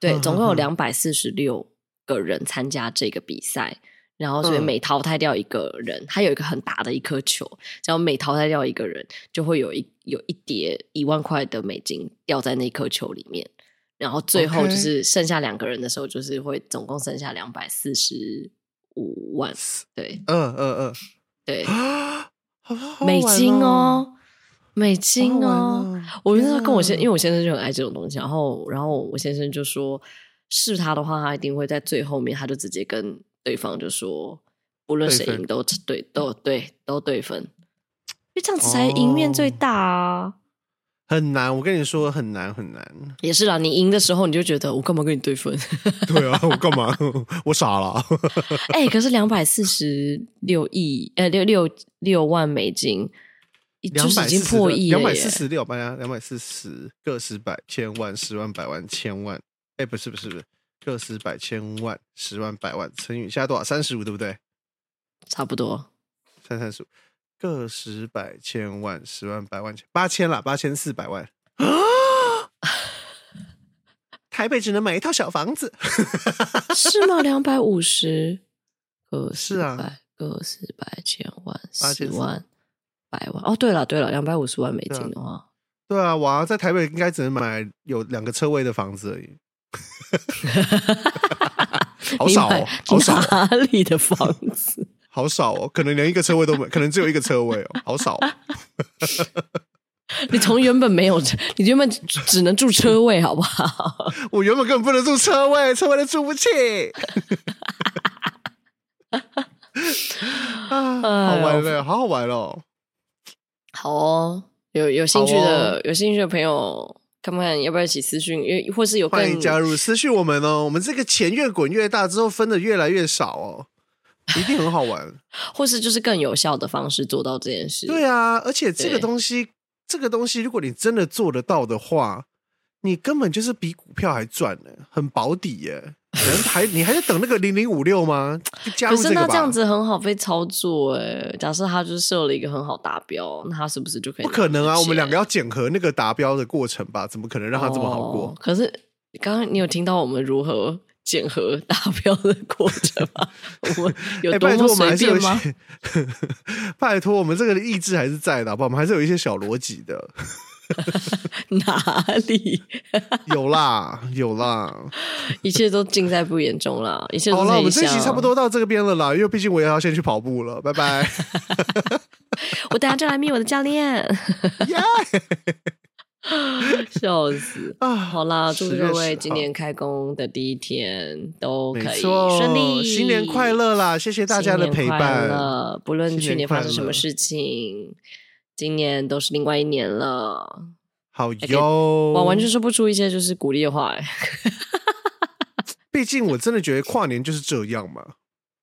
S3: 对，总共有两百四十六个人参加这个比赛，然后所以
S4: 嗯
S3: 每淘汰掉一个人，它有一个很大的一颗球，只要每淘汰掉一个人，就会有一有一叠一万块的美金掉在那颗球里面，然后最后
S4: OK
S3: 就是剩下两个人的时候，就是会总共剩下两百四十五万，对
S4: 嗯嗯
S3: 对，
S4: 嗯， 好好
S3: 美
S4: 玩
S3: 金哦，美金
S4: 好好玩
S3: 哦。
S4: 哦
S3: 我那时候跟我先，因
S4: 天啊
S3: 为我先生就很爱这种东西，然后然后我先生就说，是他的话，他一定会在最后面，他就直接跟对方就说，不论谁
S4: 对分
S3: 赢都对都对都对分，因为这样子才赢面
S4: 哦
S3: 最大啊。
S4: 很难，我跟你说很难很难。
S3: 也是啦，你赢的时候你就觉得我干嘛跟你对分？
S4: 对啊，我干嘛？ 我傻了。
S3: 哎、可是两百四十六亿，呃，六六六万美金，就是已经破亿了
S4: 两
S3: 耶！
S4: 百四十六，百两百四十个十百千万十万百万千万，哎，不是不是不是，个十百千万十万百万乘以现在多少？三十五对不对？
S3: 差不多。
S4: 三三十五，个十百千万十万百万千八千啦，八千四百万。台北只能买一套小房子，
S3: 是吗？两百五十个
S4: 是啊
S3: 10百，个十百千万十
S4: 8400
S3: 万百万。哦，对了对了，两百五十万美
S4: 啊
S3: 金的话，
S4: 对啊，哇，在台北应该只能买有两个车位的房子而 已， 好
S3: 你
S4: 少
S3: 买
S4: 哦，好少哦，
S3: 哪里的房子？
S4: 好少哦，可能连一个车位都没， 可能只有一个车位哦，好少、哦。
S3: 你从原本没有，你原本只只能住车位，好不 好？
S4: 我原本根本不能住车位，车位都住不起。 啊，好玩嘞，好好玩哦！
S3: 好哦，有有兴趣的、
S4: 好哦
S3: 有兴趣的朋友，看看要不要一起私讯，因为或是有
S4: 欢迎
S3: 更
S4: 加入私讯我们哦，我们这个钱越滚越大，之后分的越来越少哦，一定很好玩。
S3: 或是就是更有效的方式做到这件事。
S4: 对啊，而且这个
S3: 对
S4: 东西，这个东西，如果你真的做得到的话，你根本就是比股票还赚呢、很保底耶、可能还你还在等那个零零五六吗？就加
S3: 可
S4: 入这
S3: 是
S4: 个吧。
S3: 那这样子很好被操作哎、假设他就设了一个很好达标，那他是不是就可以？
S4: 不可能啊！我们两个
S3: 要
S4: 要检核那个达标的过程吧？怎么可能让他这么好过？
S3: 哦可是刚刚你有听到我们如何检核达标的过程吗？我 们有
S4: 哎
S3: 多
S4: 拜
S3: 么
S4: 托，我们
S3: 随
S4: 还是有
S3: 便
S4: 一
S3: 吗？
S4: 些， 拜托，我们这个意志还是在的，好不好？我们还是有一些小逻辑的，
S3: 哪里？
S4: 有啦，有 啦。
S3: 一切都尽在不言中啦，一切都
S4: 好
S3: 在
S4: 了，我们
S3: 一
S4: 这一
S3: 项
S4: 集差不。多到这边了啦，因为毕竟我也要先去跑步了，拜拜。
S3: 我等下就来密我的教练，,
S4: 耶
S3: 笑死。
S4: 啊，
S3: 好啦，祝
S4: 10月
S3: 各位
S4: 10
S3: 今
S4: 号
S3: 年开工的第一天都
S4: 没
S3: 可以
S4: 错
S3: 顺利，
S4: 新年快乐啦！谢谢大家的陪
S3: 新年快
S4: 伴。
S3: 乐不论
S4: 新
S3: 去
S4: 年
S3: 年
S4: 快
S3: 发生什么
S4: 乐
S3: 事情，今年都是另外一年了。
S4: 好
S3: 给
S4: 哟，
S3: 我完全说不出一些就是鼓励的话、哎
S4: 毕竟我真的觉得跨年就是这样 嘛。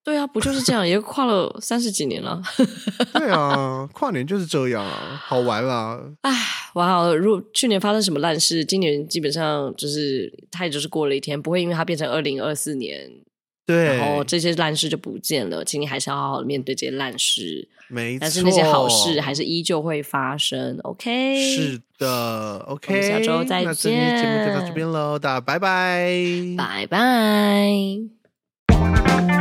S3: 对啊，不就是这样？也跨了三十几年了。
S4: 对啊，跨年就是这样啊，好玩啦。
S3: 唉，哇！如果去年发生什么烂事，今年基本上就是它也就是过了一天，不会因为它变成二零二四年，
S4: 对，
S3: 然后这些烂事就不见了。请你还是要好好的面对这些烂事，
S4: 没错，
S3: 但是那些好事还是依旧会发生。OK，
S4: 是的。
S3: 我们
S4: OK，
S3: 下周再
S4: 那今天节目就到这
S3: 见
S4: 边喽，大家拜拜，
S3: 拜拜。